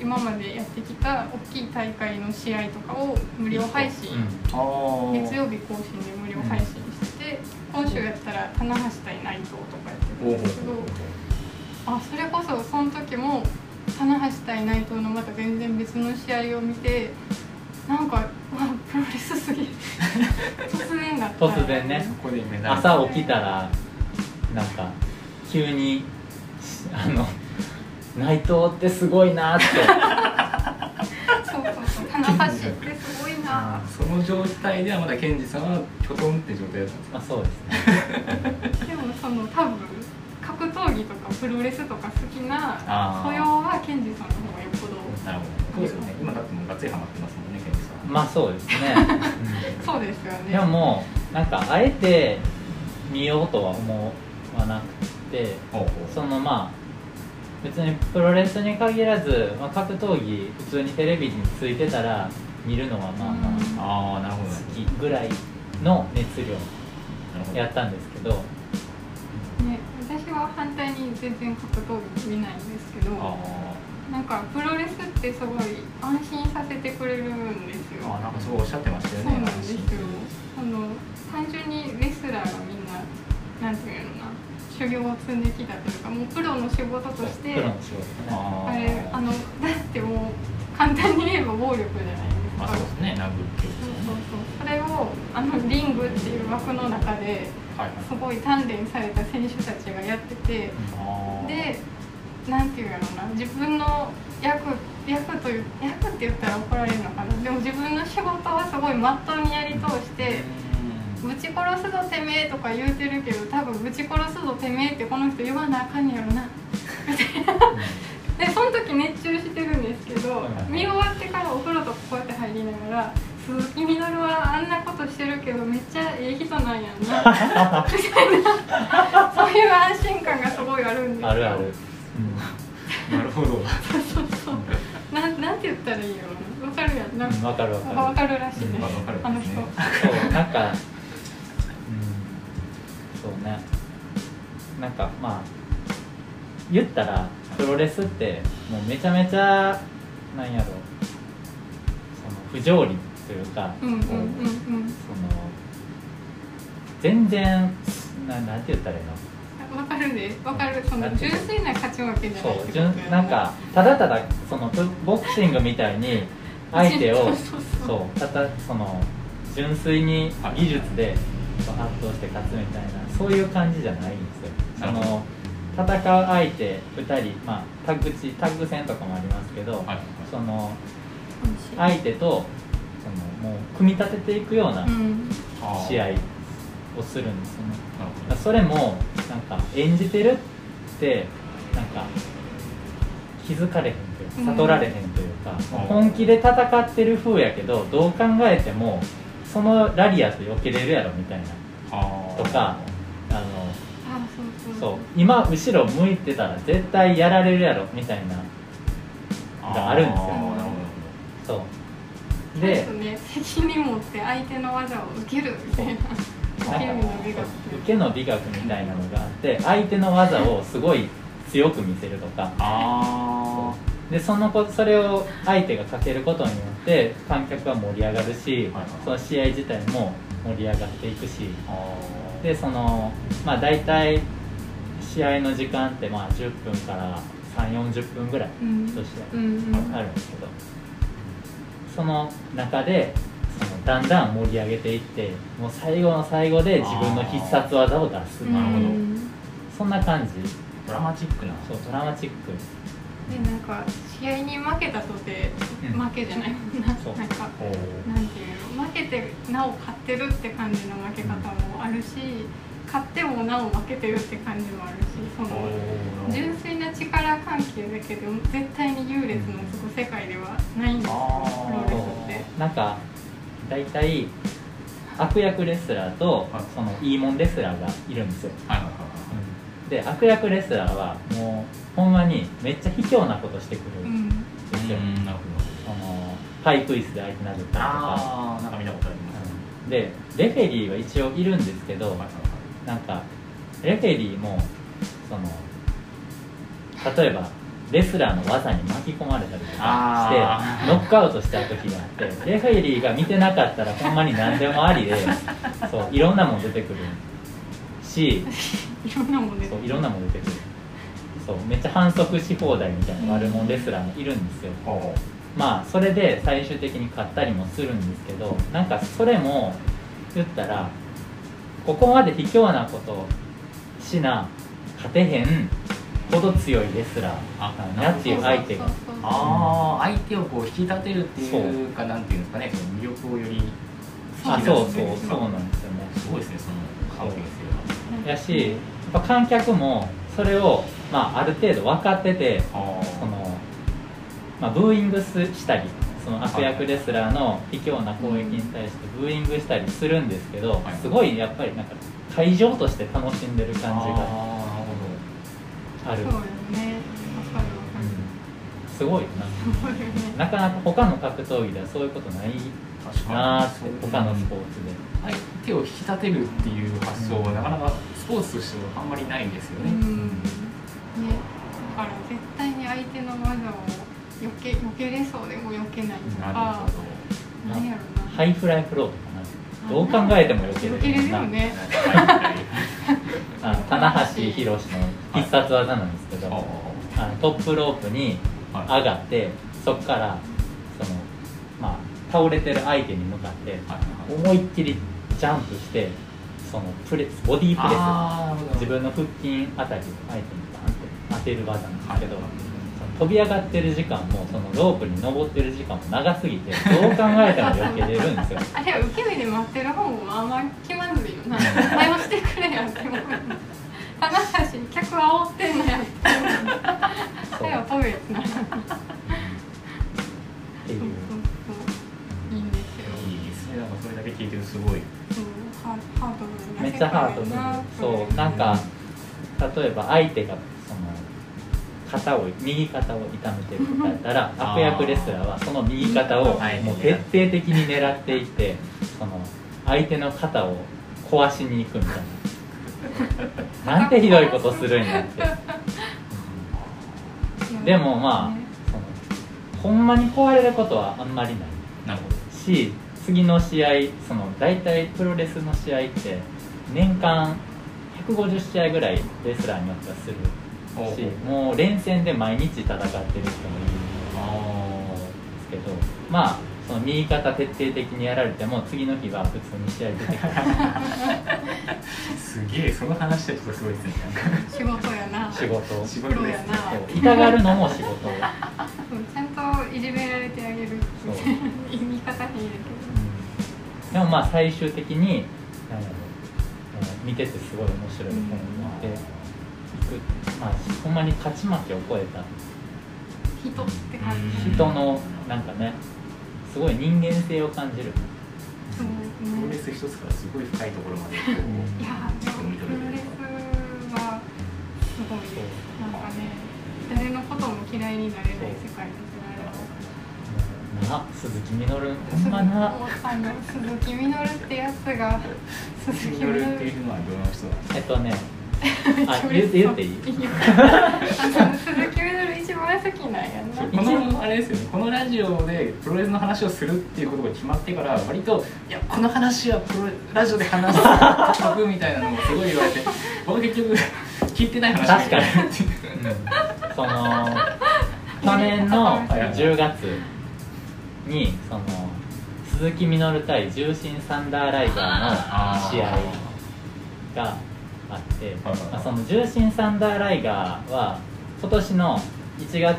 [SPEAKER 2] 今までやってきた大きい大会の試合とかを無料配信、
[SPEAKER 3] うん
[SPEAKER 1] あー
[SPEAKER 2] 月曜日更新で無料配信してて、今週やったら棚橋対内藤とかやってたん
[SPEAKER 1] おー
[SPEAKER 2] ですけどあそれこそその時も棚橋対内藤のまた全然別の試合を見てなんかうわプロレスすぎ <laughs> 突然だった
[SPEAKER 3] 突然ね
[SPEAKER 1] そこで目覚め
[SPEAKER 3] 朝起きたらなんか急にあの内藤ってすごいなって
[SPEAKER 2] そうそう
[SPEAKER 3] <laughs>
[SPEAKER 2] そう棚橋ってすごいな
[SPEAKER 1] あーその状態ではまだ健二さんはきょとんって状態だったんです
[SPEAKER 3] まあそうです
[SPEAKER 2] で
[SPEAKER 3] ね
[SPEAKER 2] もその多分格闘技とかプロレスとか好きな
[SPEAKER 1] あー
[SPEAKER 2] 素養はケンジさんの方がよっぽど
[SPEAKER 1] なるほどそうですよね今だってもうガッツリハマってますもんね健二さん
[SPEAKER 3] まあそうですね、
[SPEAKER 2] そうですよ
[SPEAKER 3] うん
[SPEAKER 2] ね
[SPEAKER 3] でももうなんかあえて見ようとは思わなくて
[SPEAKER 1] ほうほう
[SPEAKER 3] そのまあ別にプロレスに限らず、まあ、格闘技普通にテレビについてたら見るのはまあまあ
[SPEAKER 1] ああなるほど
[SPEAKER 3] 好きぐらいの熱量
[SPEAKER 1] なるほど
[SPEAKER 3] やったんですけど、
[SPEAKER 2] ね、私は反対に全然格闘技見ないんですけど
[SPEAKER 1] あ
[SPEAKER 2] なんかプロレスってすごい安心させてくれるんですよ
[SPEAKER 1] あなんかすごいおっしゃってましたよ
[SPEAKER 2] そう
[SPEAKER 1] ね
[SPEAKER 2] なんですよ
[SPEAKER 1] 安心
[SPEAKER 2] あの単純にレスラーがみんななんていうのかな修行を積んできたというかもうプロの仕事として
[SPEAKER 3] プロの仕事ね
[SPEAKER 1] あー
[SPEAKER 2] あれあのだってもう簡単に言えば暴力じゃ
[SPEAKER 1] まあ
[SPEAKER 2] ない
[SPEAKER 1] そう
[SPEAKER 2] です
[SPEAKER 1] で
[SPEAKER 2] か
[SPEAKER 1] すね殴っていうこ
[SPEAKER 2] そう
[SPEAKER 1] とですよね
[SPEAKER 2] そうそうそれをあのリングっていう枠の中で
[SPEAKER 1] はいはい
[SPEAKER 2] すごい鍛錬された選手たちがやってて
[SPEAKER 1] あー
[SPEAKER 2] でなんていうのかな自分の役役という役って言ったら怒られるのかなでも自分の仕事はすごいまっとうにやり通して「ぶち殺すぞてめえ」とか言うてるけど多分「ぶち殺すぞてめえ」ってこの人言わなあかんやろな <laughs> でその時熱中してるんですけど見終わってからお風呂とかこうやって入りながら「鈴木みのるはあんなことしてるけどめっちゃええ人なんや
[SPEAKER 3] <laughs>
[SPEAKER 2] んな」みたいなそういう安心感がすごいあるんです
[SPEAKER 3] うん
[SPEAKER 2] よ
[SPEAKER 3] あるある、
[SPEAKER 1] うんなるほど
[SPEAKER 2] なんなんて言ったらいいよわかるやんな
[SPEAKER 3] うんんうん、
[SPEAKER 2] か
[SPEAKER 3] わかるわかる
[SPEAKER 2] わかるらしいです、
[SPEAKER 1] うんわかる
[SPEAKER 2] あの人
[SPEAKER 1] ね
[SPEAKER 3] そうなんか、うん、そうねなんかまあ言ったらプロレスってもうめちゃめちゃなんやろその不条理というか、
[SPEAKER 2] うんうんうん
[SPEAKER 3] こう
[SPEAKER 2] うん
[SPEAKER 3] その全然ななんて言ったらいいの
[SPEAKER 2] わかるでわかるその純粋な勝ち負けじゃない
[SPEAKER 3] そうじゅんなんかただただそのプボクシングみたいに相手
[SPEAKER 2] <laughs> そう
[SPEAKER 3] を
[SPEAKER 2] そうそう
[SPEAKER 3] そうただその純粋に技術でそう圧倒して勝つみたいなそういう感じじゃないんですよ
[SPEAKER 1] な
[SPEAKER 3] そ
[SPEAKER 1] るほ
[SPEAKER 3] の戦う相手2人、まあ、タッグチタッグ戦とかもありますけど、
[SPEAKER 1] はい
[SPEAKER 3] その相手とそのもう組み立てていくような
[SPEAKER 2] うん
[SPEAKER 1] あー
[SPEAKER 3] <laughs> 試合をするんですよね
[SPEAKER 1] なる
[SPEAKER 3] だからそれもなんか演じてるってなんか気づかれへんというか悟られへんというか、
[SPEAKER 1] うん
[SPEAKER 3] 本気で戦ってる風やけどどう考えてもそのラリアと避けれるやろみたいな
[SPEAKER 1] ほどあー
[SPEAKER 3] とかあ
[SPEAKER 2] あそうそ
[SPEAKER 3] の
[SPEAKER 2] う
[SPEAKER 3] そう今後ろ向いてたら絶対やられるやろみたいながあるんですよ
[SPEAKER 1] ーなるほ
[SPEAKER 3] そう
[SPEAKER 2] で
[SPEAKER 3] で
[SPEAKER 2] ね責任持って相手の技を受けるみたいな
[SPEAKER 3] なんか
[SPEAKER 2] 受け身の美学
[SPEAKER 3] 受けの美学みたいなのがあって相手の技をすごい強く見せるとか
[SPEAKER 1] どあ
[SPEAKER 3] でそのこそれを相手がかけることによって観客は盛り上がるし、
[SPEAKER 1] はいはい
[SPEAKER 3] その試合自体も盛り上がっていくし
[SPEAKER 1] ーあ
[SPEAKER 3] でそのまあ大体試合の時間ってまあ10分から340分ぐらい
[SPEAKER 2] うん
[SPEAKER 3] として
[SPEAKER 2] うんうん
[SPEAKER 3] あるんですけど、その中でそのだんだん盛り上げていってもう最後の最後で自分の必殺技を出す
[SPEAKER 2] うん
[SPEAKER 1] なるほど
[SPEAKER 3] そんな感じ
[SPEAKER 1] ードラマチックな
[SPEAKER 3] そうドラマチック
[SPEAKER 2] でなんか試合に負けたとて
[SPEAKER 3] うん
[SPEAKER 2] 負けじゃないもんな
[SPEAKER 3] そう
[SPEAKER 2] なんか
[SPEAKER 1] おー
[SPEAKER 2] なんていうの負けてなお勝ってるって感じの負け方もあるし勝ってもなお負けてるって感じもあるしそ
[SPEAKER 1] お
[SPEAKER 2] の
[SPEAKER 1] ー
[SPEAKER 2] 純粋な力関係だけでも絶対に優劣のつく世界ではないんですよ
[SPEAKER 1] あー
[SPEAKER 2] プロレスって。
[SPEAKER 3] なんか大体悪役レスラーと
[SPEAKER 1] はい
[SPEAKER 3] そのいいもんレスラーがいるんですよ、
[SPEAKER 1] はいはいはい
[SPEAKER 3] で悪役レスラーはもうほんまにめっちゃ卑怯なことしてく
[SPEAKER 2] う
[SPEAKER 3] るん
[SPEAKER 2] ん
[SPEAKER 3] です
[SPEAKER 1] は
[SPEAKER 3] よ、
[SPEAKER 1] いうんなるほど
[SPEAKER 3] そのパイプ椅子で相手殴ったりとか
[SPEAKER 1] ああなんか見たことありますね
[SPEAKER 3] うんでレフェリーは一応いるんですけど
[SPEAKER 1] はいはい
[SPEAKER 3] なんかレフェリーもその例えばレスラーの技に巻き込まれたりとか
[SPEAKER 1] あー
[SPEAKER 3] してノックアウトした時があってレフェリーが見てなかったらほんまに何でもありでそういろんなもん出てくるし
[SPEAKER 2] いろんなもんで
[SPEAKER 3] そういろんなもん出てくるそうめっちゃ反則し放題みたいな悪者レスラーもいるんですよ
[SPEAKER 1] はいほ
[SPEAKER 3] まあそれで最終的に買ったりもするんですけどなんかそれも言ったらここまで卑怯なことしな勝てへんほど強いレスラーなんやっていう相手が
[SPEAKER 2] そうそ
[SPEAKER 1] う
[SPEAKER 2] うそうそう
[SPEAKER 1] ああ相手をこう引き立てるっていうかなんていうんですかねその魅力をより
[SPEAKER 2] あ
[SPEAKER 3] あ
[SPEAKER 1] 引き
[SPEAKER 3] そう
[SPEAKER 1] 出
[SPEAKER 3] そう
[SPEAKER 1] すと
[SPEAKER 3] そう
[SPEAKER 1] いか
[SPEAKER 3] なんですよね
[SPEAKER 1] すごいですねその関係
[SPEAKER 3] やしやっぱ観客もそれを、まあ、ある程度分かってて
[SPEAKER 1] 性はあ
[SPEAKER 3] その、まあ、ブーイングすしたりその悪役レスラーの卑怯な攻撃に対してブーイングしたりするんですけど、
[SPEAKER 1] はい
[SPEAKER 3] すごいやっぱりなんか会場として楽しんでる
[SPEAKER 1] あ
[SPEAKER 3] 感じが
[SPEAKER 1] あなるほ
[SPEAKER 2] そう
[SPEAKER 3] ある、う
[SPEAKER 2] よ
[SPEAKER 3] ん
[SPEAKER 2] ねわかるわかる
[SPEAKER 3] すごい
[SPEAKER 2] そうよね
[SPEAKER 3] ななかなか他の格闘技ではそういうことない
[SPEAKER 1] ど確
[SPEAKER 3] なーっ
[SPEAKER 1] か
[SPEAKER 3] て
[SPEAKER 1] に
[SPEAKER 3] 他のスポ
[SPEAKER 1] ー
[SPEAKER 3] ーツで、
[SPEAKER 1] ツ相手を引き立てるっていう発想はなかなかスポーツとしてはあんまりないんですよ
[SPEAKER 2] う
[SPEAKER 1] ね
[SPEAKER 2] んねだから絶対に相手の技を避け避けれそうでも避けないと
[SPEAKER 3] なる
[SPEAKER 2] か
[SPEAKER 1] <laughs>
[SPEAKER 3] ほど
[SPEAKER 2] なんやろな、
[SPEAKER 3] ハイフライフローとかなどう考えても避
[SPEAKER 2] 避け
[SPEAKER 3] けれ
[SPEAKER 2] れ
[SPEAKER 3] る
[SPEAKER 2] るよね
[SPEAKER 3] あの棚橋宏の必殺技なんですけど、あのトップロープに上がって、そこからその、まあ、倒れてる相手に向かって思いっきりジャンプしてそのプレスボディープレス自分の腹筋あたりを相手にバンって当てる技なんですけど、その飛び上がってる時間もそのロープに登ってる時間も長すぎてどう考えても避けれるんですよ
[SPEAKER 2] あれは受け身で待ってる方もあんま気まずいよな対応してくれやって思う棚橋に客煽ってんのやって
[SPEAKER 3] そう
[SPEAKER 2] 手は飛べってなる
[SPEAKER 3] っていう
[SPEAKER 2] いいんですよそうハーハードな
[SPEAKER 3] めっちゃハートなそうなんか例えば相手がその肩を右肩を痛めてるんだったら
[SPEAKER 1] あー
[SPEAKER 3] 悪役レスラーはその右肩を
[SPEAKER 1] はい
[SPEAKER 3] もう徹底的に狙っていってその相手の肩を壊しに行くみたいななんてひどいことするんだってでもまあそのほんまに壊れることはあんまりないし次の試合その大体プロレスの試合って年間150試合ぐらいレスラーによってはするしもう連戦で毎日戦ってる人もいるんですけどまあその右肩徹底的にやられても次の日は普通に試合出てくる
[SPEAKER 1] すげえその話してるとすごいですね
[SPEAKER 2] 仕事やな
[SPEAKER 3] 仕事を
[SPEAKER 1] す
[SPEAKER 3] そ
[SPEAKER 1] ごいですね
[SPEAKER 3] う痛がるのも仕事を、
[SPEAKER 2] うんちゃんといじめられてあげる
[SPEAKER 3] そう
[SPEAKER 2] 言い方変や
[SPEAKER 3] でもまあ最終的になんやろうん見ててすごい面白い本になっていく、まあ、ほんまに勝ち負けを超えた
[SPEAKER 2] けど人って感
[SPEAKER 1] うん
[SPEAKER 2] じ
[SPEAKER 3] 人のなんかねすごい人間性を感じる、
[SPEAKER 2] そう
[SPEAKER 1] プロレ
[SPEAKER 2] ね
[SPEAKER 1] ス一つからすごい深いところまでこ
[SPEAKER 2] いやでもプロレスはすごいなんかね誰のことも嫌いになれない世界ですよあれは
[SPEAKER 3] な鈴木みのるほんまな
[SPEAKER 2] あの鈴木みのるってやつが
[SPEAKER 1] うシ
[SPEAKER 2] 鈴
[SPEAKER 1] ン
[SPEAKER 2] 木
[SPEAKER 1] グ
[SPEAKER 2] みの
[SPEAKER 1] ル
[SPEAKER 2] る
[SPEAKER 1] っていうのはどの人なんですか
[SPEAKER 3] えっとね
[SPEAKER 2] めっちゃ
[SPEAKER 3] あ
[SPEAKER 2] 嬉し
[SPEAKER 3] 言う
[SPEAKER 2] そう
[SPEAKER 3] て言っていい
[SPEAKER 2] いいよあの鈴木みのる一番好きなんやんな
[SPEAKER 1] このあれですよねこのラジオでプロレスの話をするっていうことが決まってから割と「いやこの話はプロレラジオで話すタブーみたいなのがすごい言われ <laughs> て僕結局聞いてない話
[SPEAKER 3] 確か
[SPEAKER 1] <laughs>
[SPEAKER 3] に
[SPEAKER 1] に
[SPEAKER 3] うんその去年の10月にその鈴木みのる対重心サンダーライザーの試合があって、
[SPEAKER 1] はいはいはい
[SPEAKER 3] まあその重心サンダーライガーは今年の1月5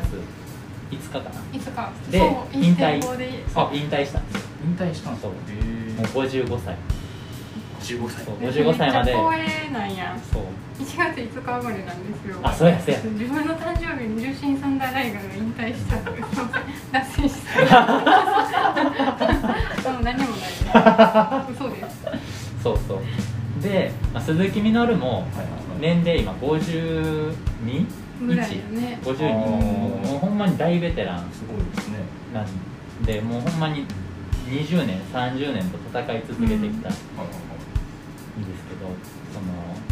[SPEAKER 3] 日かない
[SPEAKER 2] つか
[SPEAKER 3] で
[SPEAKER 2] そう
[SPEAKER 3] 引退
[SPEAKER 2] 一戦法で
[SPEAKER 3] そう引退したんですよ
[SPEAKER 1] 引退したんです
[SPEAKER 3] そう
[SPEAKER 1] よへ
[SPEAKER 3] もう55歳
[SPEAKER 1] え15歳
[SPEAKER 3] そう55歳まで
[SPEAKER 2] めっちゃ光栄なんや
[SPEAKER 3] そう
[SPEAKER 2] 1月5日生まれなんですよ
[SPEAKER 3] あそうやそうや
[SPEAKER 2] 自分の誕生日に重心サンダーライガーが引退したってすいません脱線したもう何もない嘘です
[SPEAKER 3] そうそうで、まあ、鈴木みのるも
[SPEAKER 1] はいはいはい
[SPEAKER 3] 年齢今 52?1?
[SPEAKER 2] ぐらいよね
[SPEAKER 3] 52もうほんまに大ベテラン
[SPEAKER 1] すごいですね
[SPEAKER 3] なんでもうほんまに20年30年と戦い続けてきたんです
[SPEAKER 1] はいはいは
[SPEAKER 3] けど、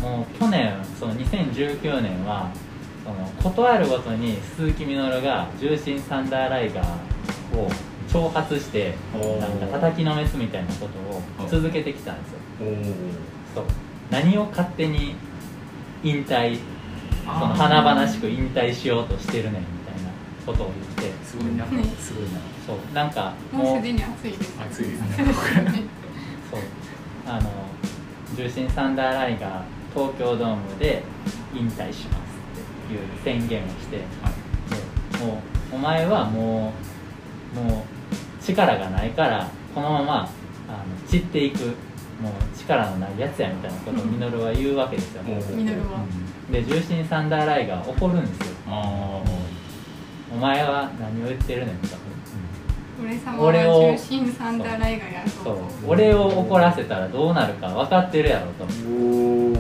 [SPEAKER 3] そのもう去年その2019年はその断るごとに鈴木みのるが重心サンダーライガーを挑発して
[SPEAKER 1] おー
[SPEAKER 3] なんか叩きのめすみたいなことを続けてきたんですよ
[SPEAKER 1] いおー
[SPEAKER 3] そう何を勝手に引退その
[SPEAKER 1] あー
[SPEAKER 3] 華々しく引退しようとしてるねんみたいなことを言って
[SPEAKER 1] すごいな
[SPEAKER 2] ね
[SPEAKER 1] すごいな
[SPEAKER 3] そうなんか
[SPEAKER 2] も
[SPEAKER 3] も
[SPEAKER 2] う
[SPEAKER 3] う
[SPEAKER 2] すでに暑い
[SPEAKER 3] <laughs>
[SPEAKER 2] です
[SPEAKER 1] 暑いです
[SPEAKER 2] 暑い <laughs>
[SPEAKER 1] ね
[SPEAKER 2] ですよね
[SPEAKER 3] そうあの重心サンダーライが東京ドームで引退しますっていう宣言をしてで
[SPEAKER 1] はい
[SPEAKER 3] もうお前はもうもう力がないからこのままあの散っていくもう力のないやつやみたいなことをミノルは言うわけですよ、
[SPEAKER 1] おー
[SPEAKER 2] ミノルは
[SPEAKER 3] うんで重心サンダーライが怒るんですよ
[SPEAKER 1] あ
[SPEAKER 3] お前は何を言ってるねんと、
[SPEAKER 2] 俺様は重心サンダーライガーや
[SPEAKER 3] そう
[SPEAKER 2] と
[SPEAKER 3] 俺を怒らせたらどうなるか分かってるやろと
[SPEAKER 1] ーおー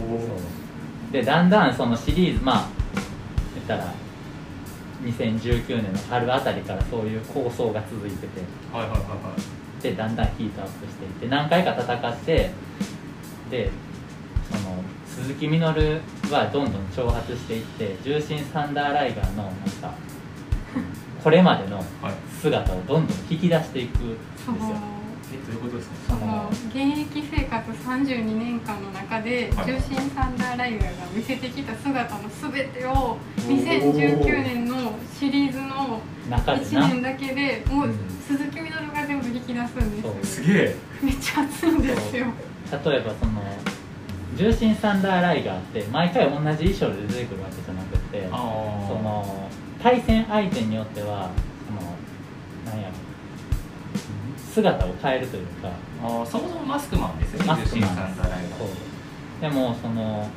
[SPEAKER 3] でだんだんそのシリーズまあ言ったら2019年の春あたりからそういう構想が続いて
[SPEAKER 1] はいはいはいはい
[SPEAKER 3] てでだんだんヒートアップしていって何回か戦ってでその鈴木みのるはどんどん挑発していって重心サンダーライガーのなんかこれまでの
[SPEAKER 1] はい
[SPEAKER 3] 姿をどんどん引き出していくんです
[SPEAKER 2] そ
[SPEAKER 3] よ
[SPEAKER 2] の
[SPEAKER 1] えどういうことですか
[SPEAKER 2] その現役生活32年間の中で
[SPEAKER 1] はい
[SPEAKER 2] 重心サンダーライダーが見せてきた姿の全てを2019年のシリーズの
[SPEAKER 3] 中で
[SPEAKER 2] 1
[SPEAKER 3] な
[SPEAKER 2] 年だけでも
[SPEAKER 3] う
[SPEAKER 2] うん鈴木みのるが全部引き出すんです
[SPEAKER 1] す
[SPEAKER 2] よ
[SPEAKER 1] げえ
[SPEAKER 2] めっちゃ熱いんですよ
[SPEAKER 3] 例えばその重心サンダーライガーって毎回同じ衣装で出てくるわけじゃなくて
[SPEAKER 1] ああ
[SPEAKER 3] その対戦相手によってはそのなんやろ姿を変えるというか
[SPEAKER 1] あーそもそもマスクマンですよね
[SPEAKER 3] マス
[SPEAKER 1] ジュシ
[SPEAKER 3] クマン
[SPEAKER 1] ーサンダーライガー
[SPEAKER 3] そうでもその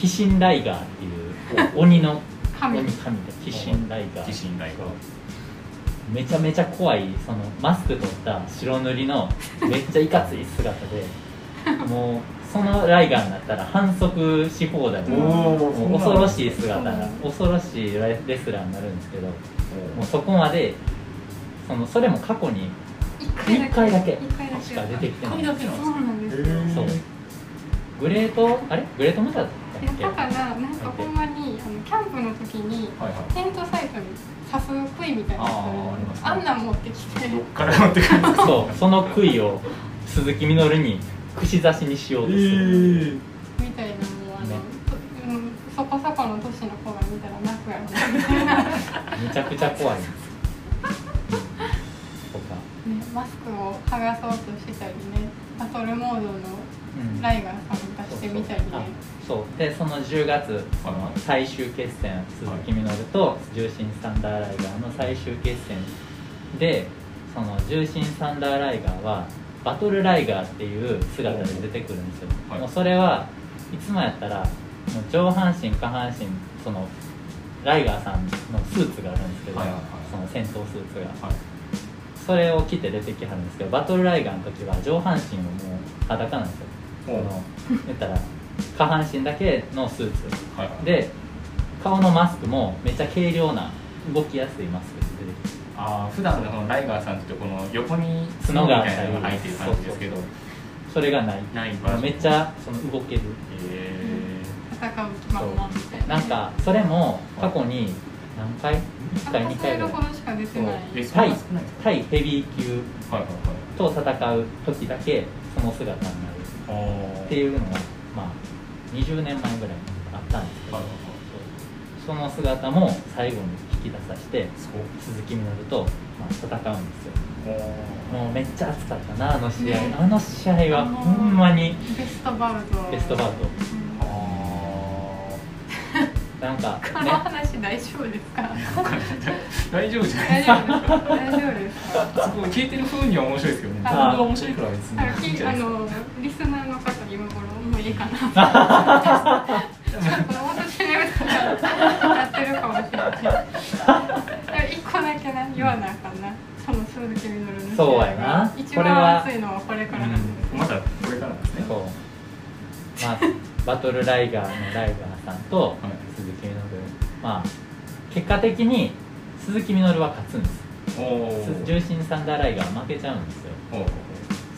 [SPEAKER 3] 鬼神ライガーっていう鬼の
[SPEAKER 2] 神
[SPEAKER 3] 鬼神で鬼神ライガー
[SPEAKER 1] 自身ライガー
[SPEAKER 3] めちゃめちゃ怖いそのマスク取った白塗りのめっちゃいかつい姿
[SPEAKER 2] <laughs>
[SPEAKER 3] でもうそのライガーになったら反則し放題
[SPEAKER 2] お
[SPEAKER 3] も
[SPEAKER 2] ー
[SPEAKER 3] う恐ろ
[SPEAKER 1] い
[SPEAKER 3] しい姿が
[SPEAKER 2] うん
[SPEAKER 3] 恐ろしいレスラーになるんですけどもうそこまでそのそれも過去に
[SPEAKER 2] 一回だ
[SPEAKER 3] 1
[SPEAKER 2] け
[SPEAKER 3] 回だけ
[SPEAKER 2] 一回だ
[SPEAKER 3] し
[SPEAKER 2] け
[SPEAKER 3] か出てきてな
[SPEAKER 1] 髪
[SPEAKER 3] い
[SPEAKER 1] だけなんで
[SPEAKER 2] そ
[SPEAKER 1] すか
[SPEAKER 2] うなんですよ
[SPEAKER 3] そうグレートあれグレートムタだっ
[SPEAKER 2] や
[SPEAKER 3] たっ
[SPEAKER 2] っ
[SPEAKER 3] け
[SPEAKER 2] たかななんかほんまにあのキャンプの時に
[SPEAKER 1] はいはい
[SPEAKER 2] テントサイトに誘う杭みたいなやつ
[SPEAKER 1] あーありますね
[SPEAKER 2] あんなん持ってきて
[SPEAKER 1] どっから持ってくるんですか
[SPEAKER 3] そうその杭を鈴木みのるに串刺しにしようとする、
[SPEAKER 2] みたいなもうあの、
[SPEAKER 3] ね
[SPEAKER 2] とうん、そこそこの年の子が見たら泣くやろなみたいな、ね、
[SPEAKER 3] <laughs> めちゃくちゃ
[SPEAKER 2] <laughs>
[SPEAKER 3] 怖いんですとか、
[SPEAKER 2] マスクを剥がそうとしてたりねバトルモードの
[SPEAKER 3] うん
[SPEAKER 2] ライガーさん出してみたりね
[SPEAKER 3] そうそうあそうでその10月その最終決戦鈴木みのると重心サンダーライガーの最終決戦でその重心サンダーライガーはバトルライガーっていう姿で出てくるんですよ、
[SPEAKER 1] はい
[SPEAKER 3] もうそれはいつもやったらもう上半身下半身そのライガーさんのスーツがあるんですけど、
[SPEAKER 1] はいはいはい
[SPEAKER 3] その戦闘スーツが
[SPEAKER 1] はい
[SPEAKER 3] それを着て出てきはるんですけどバトルライガーの時は上半身をもう裸なんですよそ
[SPEAKER 1] おう
[SPEAKER 3] の言ったら下半身だけのスーツ
[SPEAKER 1] はいはい
[SPEAKER 3] で顔のマスクもめっちゃ軽量な動きやすいマスクで出てきて
[SPEAKER 1] ああ普段のこのライガーさんってこの横に
[SPEAKER 3] 角があっ
[SPEAKER 1] みた
[SPEAKER 3] た
[SPEAKER 1] い
[SPEAKER 3] り
[SPEAKER 1] なのが入ってる感じですけど
[SPEAKER 3] そうそれがない
[SPEAKER 1] ないバージョン
[SPEAKER 3] めっちゃその動ける
[SPEAKER 1] え
[SPEAKER 2] 戦う気満々みたいな
[SPEAKER 3] なんかそれも過去に何回1回2
[SPEAKER 2] 数え
[SPEAKER 3] 回ぐ
[SPEAKER 2] る
[SPEAKER 3] らい
[SPEAKER 2] ほどしか出てない
[SPEAKER 1] ー、えそん
[SPEAKER 3] 対
[SPEAKER 1] な少ないんですか
[SPEAKER 3] 対ヘビー級
[SPEAKER 1] はいはいはい
[SPEAKER 3] と戦う時だけその姿になる
[SPEAKER 1] あー
[SPEAKER 3] っていうのが、まあ、20年前ぐらいにあったんですけど、
[SPEAKER 1] はいはいはい
[SPEAKER 3] その姿も最後に引き出させて
[SPEAKER 1] そう
[SPEAKER 3] 鈴木みのると、まあ、戦うんですよ
[SPEAKER 1] おー
[SPEAKER 3] もうめっちゃ熱かったなあの試合、
[SPEAKER 2] ね
[SPEAKER 3] あの試合はほんまに
[SPEAKER 2] ベストバウト
[SPEAKER 3] ベストバウト
[SPEAKER 2] うん
[SPEAKER 1] あー
[SPEAKER 3] なんか
[SPEAKER 2] この
[SPEAKER 3] ね
[SPEAKER 2] 話大丈夫です
[SPEAKER 3] <laughs>
[SPEAKER 2] か
[SPEAKER 1] 大丈夫じゃないで
[SPEAKER 2] 大
[SPEAKER 1] すか
[SPEAKER 2] 丈夫ですか大丈夫ですか
[SPEAKER 1] そこ聞いてる風には面白いですけどね
[SPEAKER 2] あ
[SPEAKER 1] 動画面白いから別
[SPEAKER 2] あの
[SPEAKER 1] にいいん
[SPEAKER 2] き
[SPEAKER 1] じゃ
[SPEAKER 2] あ
[SPEAKER 1] ないですか
[SPEAKER 2] のリスナーの方今頃もういい
[SPEAKER 3] <laughs>
[SPEAKER 2] かなちょっと私のやつがやってるかもしれない一個だけな言わなあかんなその鈴木みのるの試合
[SPEAKER 3] そうやな
[SPEAKER 2] 一
[SPEAKER 3] これは
[SPEAKER 2] 番熱いのはこれからなんで
[SPEAKER 1] まだこれからなんですね
[SPEAKER 3] そうまあバトルライガーのライガーさんと
[SPEAKER 1] はい
[SPEAKER 3] 鈴木みのるまあ結果的に鈴木みのるは勝つんです
[SPEAKER 1] おー
[SPEAKER 3] 重心サンダーライガーは負けちゃうんですよ
[SPEAKER 1] おー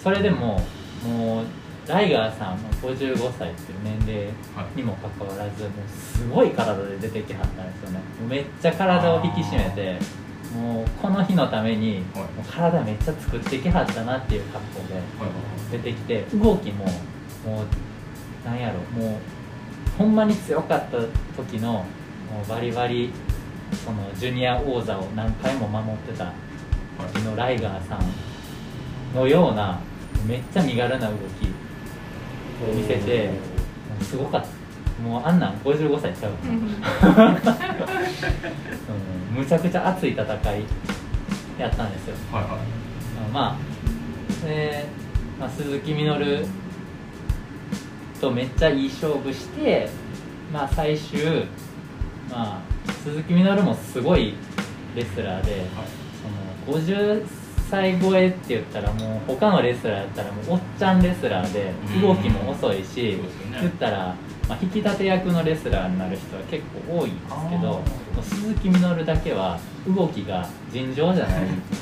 [SPEAKER 3] それでももうライガーさんも55歳っていう年齢にもかかわらずもうすごい体で出てきはったんですよねもうめっちゃ体を引き締めてもうこの日のために
[SPEAKER 1] はい
[SPEAKER 3] もう体めっちゃ作ってきはったなっていう格好で
[SPEAKER 1] はいはい
[SPEAKER 3] 出てきて動きももうなんやろもうほんまに強かった時のもうバリバリそのジュニア王座を何回も守ってた
[SPEAKER 1] はい
[SPEAKER 3] のライガーさんのようなめっちゃ身軽な動きを見せてもうすごかったもうあんなん55歳ちゃう、
[SPEAKER 2] う
[SPEAKER 3] うん
[SPEAKER 2] ん
[SPEAKER 3] むちゃくちゃ熱い戦いやったんですよ
[SPEAKER 1] はいはい
[SPEAKER 3] まあ、でまあ、鈴木みのるとめっちゃいい勝負して、まあ、最終、まあ、鈴木みのるもすごいレスラーでその50歳超えって言ったらもう他のレスラーやったらもうおっちゃんレスラーで
[SPEAKER 1] うん
[SPEAKER 3] 動きも遅いし、
[SPEAKER 1] そうですよね
[SPEAKER 3] 言ったら、まあ、引き立て役のレスラーになる人は結構多いんですけど
[SPEAKER 1] あー
[SPEAKER 3] もう鈴木みのるだけは動きが尋常じ
[SPEAKER 1] <laughs>
[SPEAKER 3] ゃないんで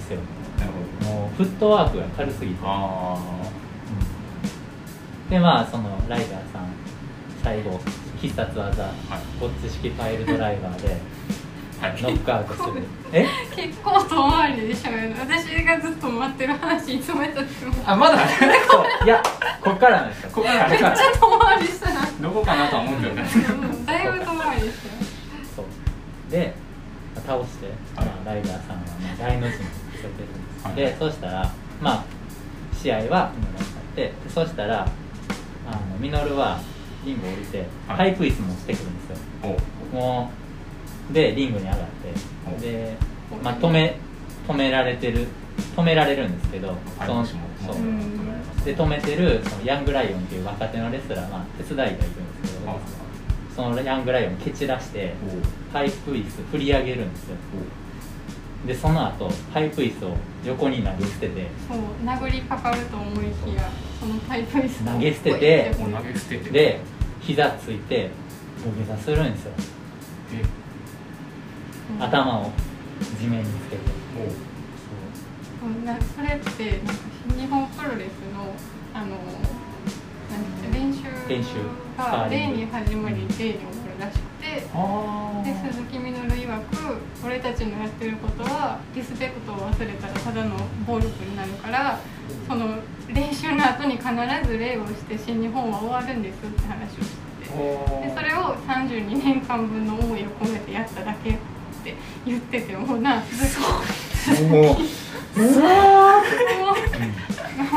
[SPEAKER 3] すよ
[SPEAKER 1] なるほど
[SPEAKER 3] もうフットワークが軽すぎて、
[SPEAKER 1] あ
[SPEAKER 3] でまあそのライダーさん最後必殺技こっち式パイルドライバーで
[SPEAKER 1] はい
[SPEAKER 3] ノックアウトす
[SPEAKER 1] <laughs>
[SPEAKER 3] るえ
[SPEAKER 2] 結構遠回りで喋る私がずっと待ってる話いつまでたってもめっ
[SPEAKER 1] あまだ
[SPEAKER 3] そういやこっからなんですよ
[SPEAKER 1] ここから
[SPEAKER 2] ちゃ遠回りしたな
[SPEAKER 1] どこかなとは思うんだよね
[SPEAKER 2] うんだいぶ遠回りしたよ
[SPEAKER 3] そうでまあ倒して、まあ、ライダーさんはまあ大の字に寄せてるんです、
[SPEAKER 1] はい
[SPEAKER 3] でそうしたらまあ試合は見逃しちゃってでそうしたらあのミノルはリング降りて、
[SPEAKER 1] はい
[SPEAKER 3] パイプ椅子もしてくるんですよ
[SPEAKER 1] おう
[SPEAKER 3] もうでリングに上がっ
[SPEAKER 1] お
[SPEAKER 3] てで、まあ、止め止められてる止められるんですけど
[SPEAKER 1] はい
[SPEAKER 3] その
[SPEAKER 1] も
[SPEAKER 3] そ
[SPEAKER 1] しも
[SPEAKER 3] う
[SPEAKER 2] うん
[SPEAKER 3] で止めてるそのヤングライオンっていう若手のレスラー、まあ、手伝いがいるんですけど
[SPEAKER 1] あ
[SPEAKER 3] そのヤングライオン蹴散らして
[SPEAKER 1] おう
[SPEAKER 3] パイプ椅子振り上げるんですよでその後パイプ椅子を横に投げ捨てて
[SPEAKER 2] そう殴りかかると思いきやそのパイプ椅子を
[SPEAKER 3] 投げ捨てて
[SPEAKER 1] おうもう投げ捨てて
[SPEAKER 3] で膝ついて土下座するんですよ
[SPEAKER 1] で
[SPEAKER 2] うん
[SPEAKER 3] 頭を地面につけて
[SPEAKER 1] おう
[SPEAKER 2] うんなそれってなんか日本プロレスのあのなんて練習
[SPEAKER 3] 練習
[SPEAKER 2] が
[SPEAKER 3] スパーリ
[SPEAKER 2] 例
[SPEAKER 3] ング
[SPEAKER 2] に始まり例に終わるらしくて
[SPEAKER 1] あ
[SPEAKER 2] で鈴木みのる曰く俺たちのやってることはリスペクトを忘れたらただの暴力になるからその練習の後に必ず礼をして新日本は終わるんですって話をしてて。でそれを32年間分の思いを込めてやっただけって言っててもうな鈴木
[SPEAKER 1] もう
[SPEAKER 2] も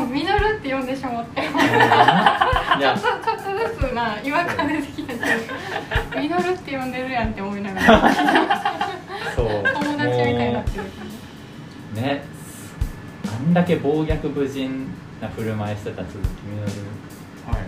[SPEAKER 2] うミノルって呼んでしまってちょっ
[SPEAKER 3] いや
[SPEAKER 2] とちょっとずつな違和感出てきたけどミノルって呼んでるやんって思いながら
[SPEAKER 3] そう
[SPEAKER 2] 友達みたいになってる
[SPEAKER 3] もうねあんだけ暴虐無人な振る舞いしてた鈴木みのる
[SPEAKER 1] はい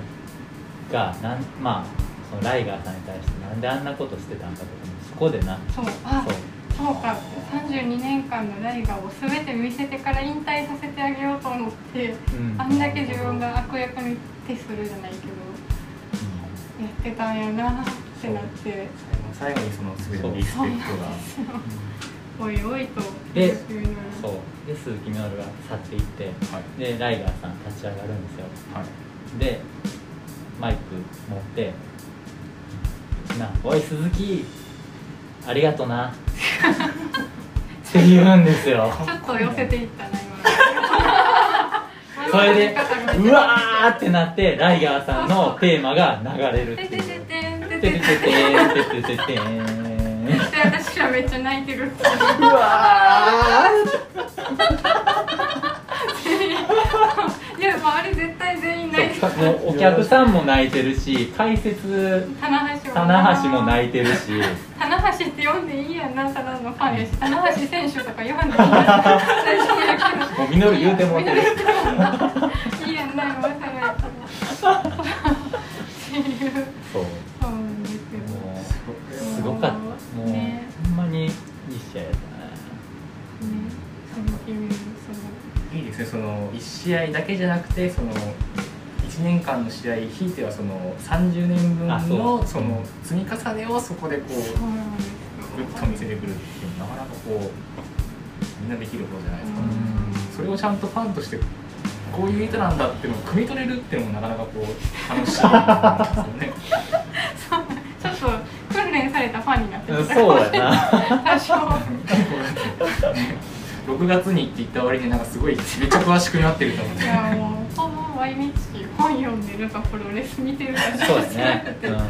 [SPEAKER 3] がなんまあそのライガーさんに対してなんであんなことしてたんだとかもそこでな
[SPEAKER 2] そうあ
[SPEAKER 3] そう
[SPEAKER 2] そうか32年間のライガーを全て見せてから引退させてあげようと思って
[SPEAKER 3] うん
[SPEAKER 2] あんだけ自分が悪役に徹するじゃないけど
[SPEAKER 3] う
[SPEAKER 2] やってたんやなってなって
[SPEAKER 1] 最後にその全てのリスペクトが
[SPEAKER 2] おいおいと
[SPEAKER 3] で
[SPEAKER 2] 鈴木みのる
[SPEAKER 3] んそうで鈴木みのるが去っていって
[SPEAKER 1] はい
[SPEAKER 3] でライガーさん立ち上がるんですよ
[SPEAKER 1] はい
[SPEAKER 3] でマイク持って「なおい鈴木ありがとな」って言うんですよ
[SPEAKER 2] ちょっと寄せていったな今
[SPEAKER 3] <laughs> それで
[SPEAKER 2] 迷
[SPEAKER 3] う
[SPEAKER 2] い
[SPEAKER 3] わーってなってライガーさんのテーマが流れるっ
[SPEAKER 2] <laughs>
[SPEAKER 3] て
[SPEAKER 2] てて
[SPEAKER 3] い
[SPEAKER 2] て
[SPEAKER 3] う「
[SPEAKER 2] ててて
[SPEAKER 3] ててて
[SPEAKER 2] てて
[SPEAKER 3] てててててーん
[SPEAKER 2] で私はめっちゃ泣いてる
[SPEAKER 3] うわ
[SPEAKER 2] <laughs> いやもうあれ絶対全員泣い
[SPEAKER 3] ー
[SPEAKER 2] て
[SPEAKER 3] そう
[SPEAKER 2] る
[SPEAKER 3] もうお客さんも泣いてるし解説
[SPEAKER 2] 棚橋も
[SPEAKER 3] 棚橋も泣い
[SPEAKER 2] て
[SPEAKER 3] てるし
[SPEAKER 2] 棚橋って呼んでいいやんなただのファンやし棚橋選手とか呼んでいい
[SPEAKER 3] <laughs>
[SPEAKER 2] やん最初に言う
[SPEAKER 3] もう実る言うてもうてる
[SPEAKER 2] けどいいやんな今更やったっていう
[SPEAKER 3] そう
[SPEAKER 2] そうなんですけど
[SPEAKER 3] もうすごかったもう、
[SPEAKER 2] ね
[SPEAKER 3] ほんまにいい試合やっ
[SPEAKER 2] ねその君のその
[SPEAKER 1] いいですねその1試合だけじゃなくてその1年間の試合ひいてはその30年分
[SPEAKER 3] あそ
[SPEAKER 1] の
[SPEAKER 3] う
[SPEAKER 1] その積み重ねをそこでこ
[SPEAKER 2] そううなんです
[SPEAKER 1] グ
[SPEAKER 2] よ
[SPEAKER 1] ッと見せてくるっていうのはなかなかこうみんなできることじゃないですか、
[SPEAKER 3] たね
[SPEAKER 1] それをちゃんとファンとしてこういう意図なんだっていうのを汲み取れるっていうのもなかなかこう楽しいですよね
[SPEAKER 3] <laughs>
[SPEAKER 2] ちょっと訓練されたファンになって
[SPEAKER 3] うん
[SPEAKER 2] た
[SPEAKER 3] そうや
[SPEAKER 2] <laughs>
[SPEAKER 3] な
[SPEAKER 2] 多少
[SPEAKER 1] 6月にって言った割になんかすごいめっちゃ詳しくなってると思って
[SPEAKER 2] いやもうほぼ毎日本読んでるかプロレス見てるかし
[SPEAKER 3] そう
[SPEAKER 2] か
[SPEAKER 3] で
[SPEAKER 2] し
[SPEAKER 3] す
[SPEAKER 2] な
[SPEAKER 3] ね
[SPEAKER 2] <laughs> く、て
[SPEAKER 3] うん
[SPEAKER 2] ね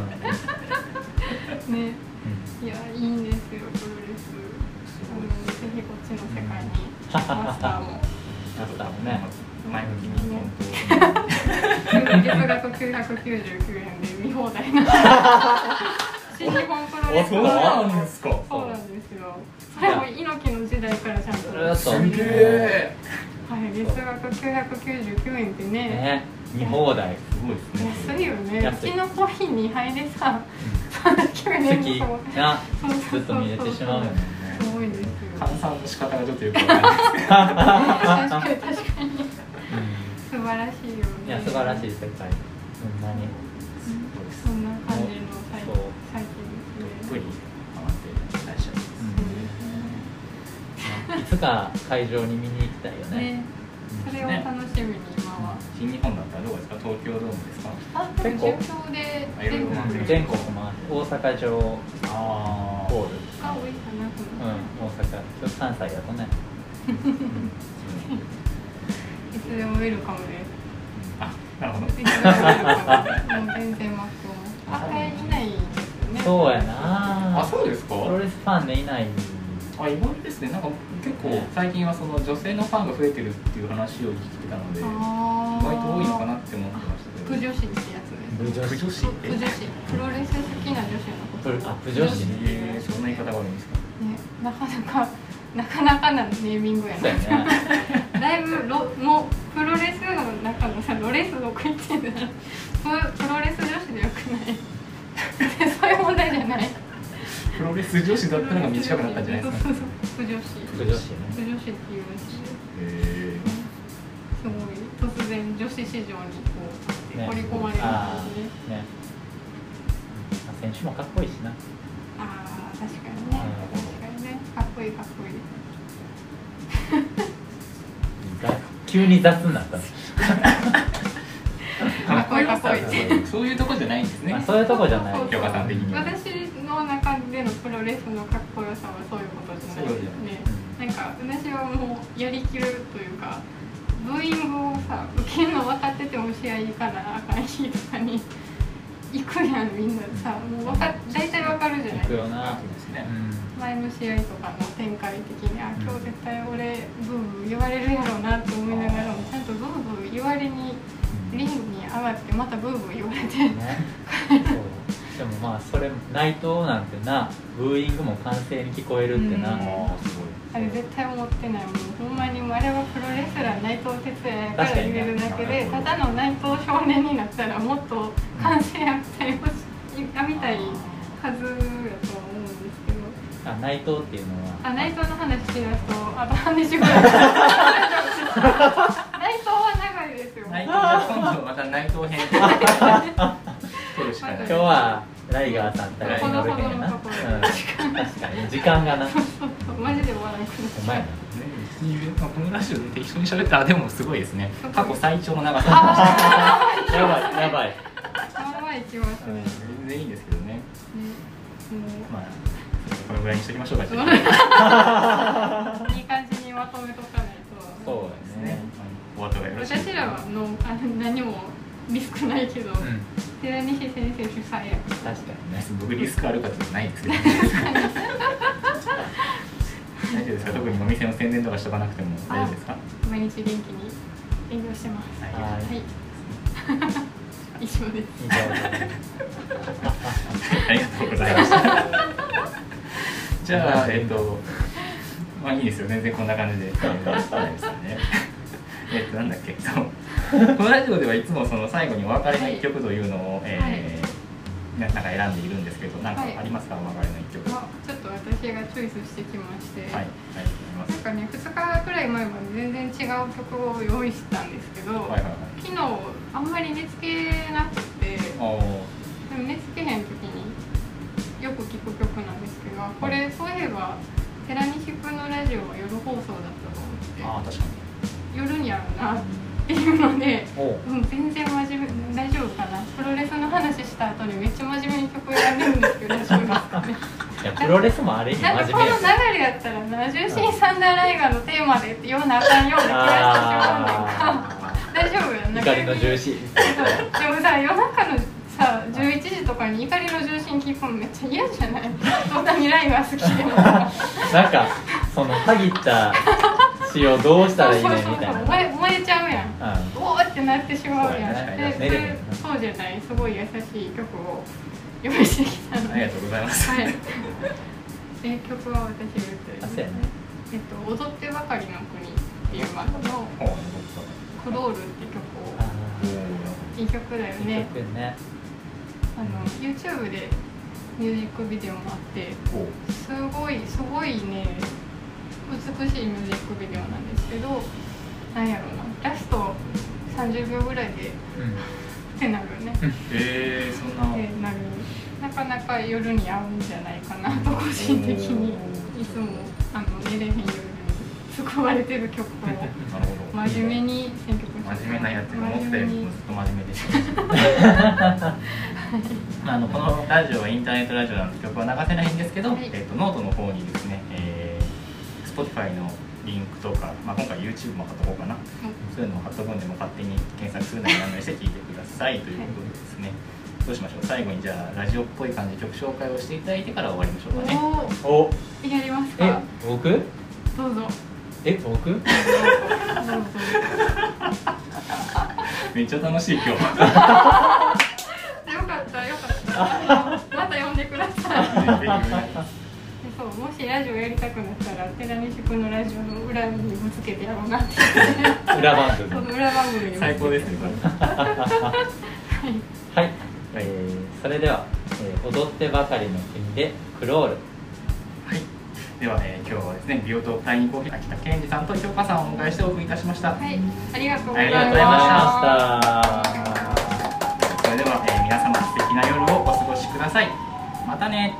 [SPEAKER 2] いやいいんですよプロレスあのぜひこっちの世界にマスターも
[SPEAKER 3] あったもんね
[SPEAKER 1] 前向きに本
[SPEAKER 2] 月額999円で見放題な新日本プロレス
[SPEAKER 3] そうなん
[SPEAKER 1] ですか
[SPEAKER 2] そうなんですよそれも猪木の時代からちゃんと
[SPEAKER 3] それはそ
[SPEAKER 1] 当
[SPEAKER 3] う
[SPEAKER 2] はい
[SPEAKER 1] に
[SPEAKER 3] ん
[SPEAKER 1] すげえ
[SPEAKER 2] 月額999円ってね
[SPEAKER 3] ね見放題
[SPEAKER 1] すごいですね
[SPEAKER 2] 安いよねう
[SPEAKER 3] 安い
[SPEAKER 2] ちのコーヒー2杯でさ9
[SPEAKER 3] 好
[SPEAKER 2] 年
[SPEAKER 3] き
[SPEAKER 2] そう
[SPEAKER 3] な
[SPEAKER 2] そうそうそ
[SPEAKER 3] ず
[SPEAKER 2] う
[SPEAKER 3] っと見れてしまうよね
[SPEAKER 2] すごいですよ
[SPEAKER 1] 換算の仕方がちょっとよくわかんないです
[SPEAKER 2] 確かに確かに素晴らしいよね
[SPEAKER 3] いや素晴らしい
[SPEAKER 2] うん
[SPEAKER 3] 世界ほんまに
[SPEAKER 2] そんな感じの最
[SPEAKER 3] そ
[SPEAKER 2] 近
[SPEAKER 3] う
[SPEAKER 2] 最
[SPEAKER 1] どっぷ
[SPEAKER 2] 近で
[SPEAKER 1] り
[SPEAKER 2] すね
[SPEAKER 1] ハマって大丈夫です
[SPEAKER 3] いつか会場に見に行きたいよね
[SPEAKER 2] ね
[SPEAKER 3] うん
[SPEAKER 2] そ
[SPEAKER 1] です
[SPEAKER 2] れを
[SPEAKER 1] ね
[SPEAKER 2] 楽しみに今は
[SPEAKER 1] 新日本だったらどうですか東京ドームですか
[SPEAKER 2] あでも
[SPEAKER 3] 結構
[SPEAKER 2] 中京で全国
[SPEAKER 1] うん
[SPEAKER 3] 全国回って大阪城ホ
[SPEAKER 1] あ
[SPEAKER 3] ール
[SPEAKER 2] が多いかなと
[SPEAKER 3] うん
[SPEAKER 2] 思っ
[SPEAKER 3] 大阪今日関西だとね
[SPEAKER 2] ていつでもウェルカムです
[SPEAKER 1] あなるほど
[SPEAKER 2] いつでもウェルカムもう全然マックも赤いいないですよね
[SPEAKER 3] そうやな
[SPEAKER 1] あそうですか
[SPEAKER 3] プロレスファンでいない
[SPEAKER 1] あ意外ですねなんか結構最近はその女性のファンが増えてるっていう話を聞いてたので意外
[SPEAKER 2] あー
[SPEAKER 1] と多いのかなって思ってました
[SPEAKER 2] 不
[SPEAKER 1] けど
[SPEAKER 2] 女子ってやつです
[SPEAKER 3] 部
[SPEAKER 1] 不女子って
[SPEAKER 2] 不女子プロレス好きな女子
[SPEAKER 3] プ
[SPEAKER 2] のこ
[SPEAKER 3] ロ
[SPEAKER 2] と
[SPEAKER 3] あ不女子
[SPEAKER 1] えーそんな言い方があるんですか
[SPEAKER 2] ね、なかなかなかなかなネーミングや
[SPEAKER 3] そうや
[SPEAKER 2] な。
[SPEAKER 3] ね
[SPEAKER 2] だいぶロもうプロレスの中のさロレスの食いついてたらププロレス女子でよくない。 <laughs> そういう問題じゃない。
[SPEAKER 1] プロレス女子だったのが短くなったんじゃないですか
[SPEAKER 2] そうそうそう。不女子。不女子ってい
[SPEAKER 3] 不女子ね
[SPEAKER 2] うらしいです。
[SPEAKER 1] え
[SPEAKER 2] すごい突然女子市場にこう
[SPEAKER 3] ね
[SPEAKER 2] 掘り込まれる感じね。
[SPEAKER 3] ねあ選手もかっこいいしな
[SPEAKER 2] ああ確かにね。確かにね。かっこいいかっこいい。
[SPEAKER 3] ざ急に雑になったね
[SPEAKER 1] ー
[SPEAKER 2] かっこいいかっこいい
[SPEAKER 1] そういうとこじゃないんですね
[SPEAKER 3] まあそういうとこじゃない
[SPEAKER 2] そうそう
[SPEAKER 1] 評価さん的に
[SPEAKER 2] 私の中でのプロレスのかっこよさはそういうことじゃないですね
[SPEAKER 3] そ
[SPEAKER 2] なんか私はもうやりきるというかブーイングをさ受けるの分かってても試合行かなあかん日とかに行くやんみんなさもう分か大体分かるじゃない
[SPEAKER 3] 行くよ
[SPEAKER 1] で
[SPEAKER 3] な
[SPEAKER 1] すね
[SPEAKER 2] 前の試合とかの展開的にあ今日絶対俺ブーブー言われるやろうなと思いながらもちゃんとブーブー言われにリングに上がってまたブーブー言われて
[SPEAKER 3] ね、そうでもまあそれ内藤なんてなブーイングも歓声に聞こえるってな、
[SPEAKER 2] うん
[SPEAKER 1] ああすごい
[SPEAKER 2] あれ絶対思ってないもうほんまにあれはプロレスラー内藤哲也やから言えるだけで、
[SPEAKER 1] 確か
[SPEAKER 2] た
[SPEAKER 1] にね
[SPEAKER 2] だの内藤少年になったらもっと完成やったりもしあみたいはずやと思うんですけど
[SPEAKER 3] あ内藤っていうのは
[SPEAKER 2] あ内藤の話しだすとあと半日ぐらい内藤は長いですよ
[SPEAKER 1] 内藤が今度また内藤編取るしかない
[SPEAKER 3] 今日はライガーさん対
[SPEAKER 1] ほどほどの
[SPEAKER 3] るへんな、う
[SPEAKER 2] と
[SPEAKER 3] ん、
[SPEAKER 2] こ
[SPEAKER 3] 確
[SPEAKER 2] ろ
[SPEAKER 3] かに時間がな
[SPEAKER 2] マジで終わらなく
[SPEAKER 3] お
[SPEAKER 2] なっちゃ
[SPEAKER 3] 前な
[SPEAKER 2] う
[SPEAKER 1] ね、まあこのラジオで適当に喋ったらでもすごいですね過去最長の長さ
[SPEAKER 2] あ
[SPEAKER 3] やばいやば
[SPEAKER 2] ー
[SPEAKER 3] い、
[SPEAKER 2] まあまあいきます
[SPEAKER 1] う
[SPEAKER 2] ね
[SPEAKER 1] ん
[SPEAKER 2] ね
[SPEAKER 1] 全然いいんですけどね
[SPEAKER 2] も
[SPEAKER 1] まあこのぐらいにしときましょうか
[SPEAKER 2] う
[SPEAKER 1] ね
[SPEAKER 2] んいい感じにまとめとかないと
[SPEAKER 3] そうやね
[SPEAKER 1] お後がよろしい
[SPEAKER 2] 私らはのあの何もリスクないけど、
[SPEAKER 3] うん、
[SPEAKER 2] 寺西先生主催や
[SPEAKER 3] 確か <laughs> にね
[SPEAKER 1] 僕リスクあるかとない <laughs> ですけど大丈夫ですか特にお店の宣伝とかしとかなくても大丈夫ですか
[SPEAKER 2] 毎日元気に営業してますは
[SPEAKER 1] はい
[SPEAKER 3] はい
[SPEAKER 2] い <laughs> 以上です
[SPEAKER 3] 以上です
[SPEAKER 1] ありがとうございま <laughs> したじゃあえっとまあいいですよ全然こんな感じで大丈夫ですよねえっとなんだっけそうこのラジオではいつもその最後にお別れの一曲というのを、えーななんか選んでいるんですけどなんかありますか、お別れの一曲はい
[SPEAKER 2] まあちょっと私がチョイスしてきまして、
[SPEAKER 1] はいありがとうござ
[SPEAKER 2] ないんかね2日くらい前まで全然違う曲を用意してたんですけど、
[SPEAKER 1] ますはいはいはい
[SPEAKER 2] 昨日あんまり寝つけなくて
[SPEAKER 1] おー
[SPEAKER 2] でも寝つけへん時によく聴く曲なんですけどこれそういえば寺西くんのラジオは夜放送だったと思
[SPEAKER 1] あ
[SPEAKER 2] っ
[SPEAKER 1] ー確かに
[SPEAKER 2] て夜にあるなっていうので、
[SPEAKER 3] おう
[SPEAKER 2] うん、全然真面目大丈夫かなプロレスの話した後にめっちゃ真面目に曲選んでるんですけど大丈夫ですかね
[SPEAKER 3] いやプロレスもあれに
[SPEAKER 2] なんか
[SPEAKER 3] 真
[SPEAKER 2] この
[SPEAKER 3] 面目
[SPEAKER 2] 流
[SPEAKER 3] やから
[SPEAKER 2] れやったらな「重心サンダーライガー」のテーマでって言わなあかんような気がしてしまうねんか大丈夫やんな
[SPEAKER 3] 怒りの重視
[SPEAKER 2] そうでもさ夜中のさ11時とかに怒りの重心聞くのめっちゃ嫌じゃ
[SPEAKER 3] <laughs>
[SPEAKER 2] ないそんなにライブは好きでも
[SPEAKER 3] なんかその限った詩をどうしたらいいねみたいな
[SPEAKER 2] 燃え燃えちゃうやん
[SPEAKER 3] うん
[SPEAKER 2] おーってなってしまうやん
[SPEAKER 3] そうやね
[SPEAKER 2] で
[SPEAKER 3] 寝れへんよな
[SPEAKER 2] それそうじゃないすごい優しい曲を用意してきたの
[SPEAKER 1] あり
[SPEAKER 2] で
[SPEAKER 1] がとうございます。
[SPEAKER 2] はい <laughs> え曲は私が歌
[SPEAKER 3] あ
[SPEAKER 2] います
[SPEAKER 3] そうやね
[SPEAKER 2] えっと「踊ってばかりの国」っていうバンドの
[SPEAKER 1] おー
[SPEAKER 2] 「クロール」って曲
[SPEAKER 3] あ
[SPEAKER 2] を
[SPEAKER 1] お
[SPEAKER 2] いい曲だよ
[SPEAKER 3] ー
[SPEAKER 2] ね
[SPEAKER 3] 結局ね
[SPEAKER 2] あの YouTube でミュージックビデオもあって
[SPEAKER 1] ーおー
[SPEAKER 2] すごいすごいね美しいミュージックビデオなんですけどなんやろうなラスト30秒ぐらいで
[SPEAKER 3] う
[SPEAKER 2] ってなるよね
[SPEAKER 1] えー、そんな。
[SPEAKER 2] ってなるなかなか夜に合うんじゃないかなと個人的にいつもあの寝れへん夜に囲まれてる曲を
[SPEAKER 1] <laughs> なるほど
[SPEAKER 2] 真面目に選曲して
[SPEAKER 1] 真面目なやつが思って
[SPEAKER 2] 真面
[SPEAKER 1] る
[SPEAKER 2] 目に
[SPEAKER 1] ずっと真面目でしたまああのこのラジオはインターネットラジオなんで曲は流せないんですけど、
[SPEAKER 2] はい
[SPEAKER 1] えっとノートの方にですね、えー、Spotify のリンクとか、まあ、今回 YouTube も貼っとこうかなそういうのも貼っとくんでもう勝手に検索するなりなんなりして聞いてくださいということでですね、どうしましょう最後にじゃあラジオっぽい感じで曲紹介をしていただいてから終わりましょうかね
[SPEAKER 2] お
[SPEAKER 3] お
[SPEAKER 2] ーやります
[SPEAKER 3] え
[SPEAKER 2] か
[SPEAKER 3] 僕
[SPEAKER 2] どうぞ
[SPEAKER 3] え僕
[SPEAKER 2] どうぞ
[SPEAKER 1] めっちゃ楽しい今日
[SPEAKER 2] よかったよかったまた呼んでください <laughs> そうもしラジオやりたくなったら寺西君のラジオの裏にぶつけてやろう
[SPEAKER 1] <laughs>
[SPEAKER 2] なって
[SPEAKER 3] 裏番組
[SPEAKER 2] その裏番組に
[SPEAKER 1] 最高ですねこれ
[SPEAKER 3] はい、えーそれでは、えー踊ってばかりの君」で「クロール
[SPEAKER 1] はい、では、えー今日はですね、美容と第二コーヒー秋田健二さんと京香さんをお迎えしてお送りいたしました。
[SPEAKER 2] はいありがとう」ご
[SPEAKER 1] あ
[SPEAKER 2] ざ
[SPEAKER 1] り
[SPEAKER 2] い
[SPEAKER 1] が
[SPEAKER 2] ま
[SPEAKER 1] とう
[SPEAKER 2] し
[SPEAKER 1] ございまそれで
[SPEAKER 2] た
[SPEAKER 3] ありがとうございました
[SPEAKER 1] は、えー皆様素敵な夜をお過ごしください。またね。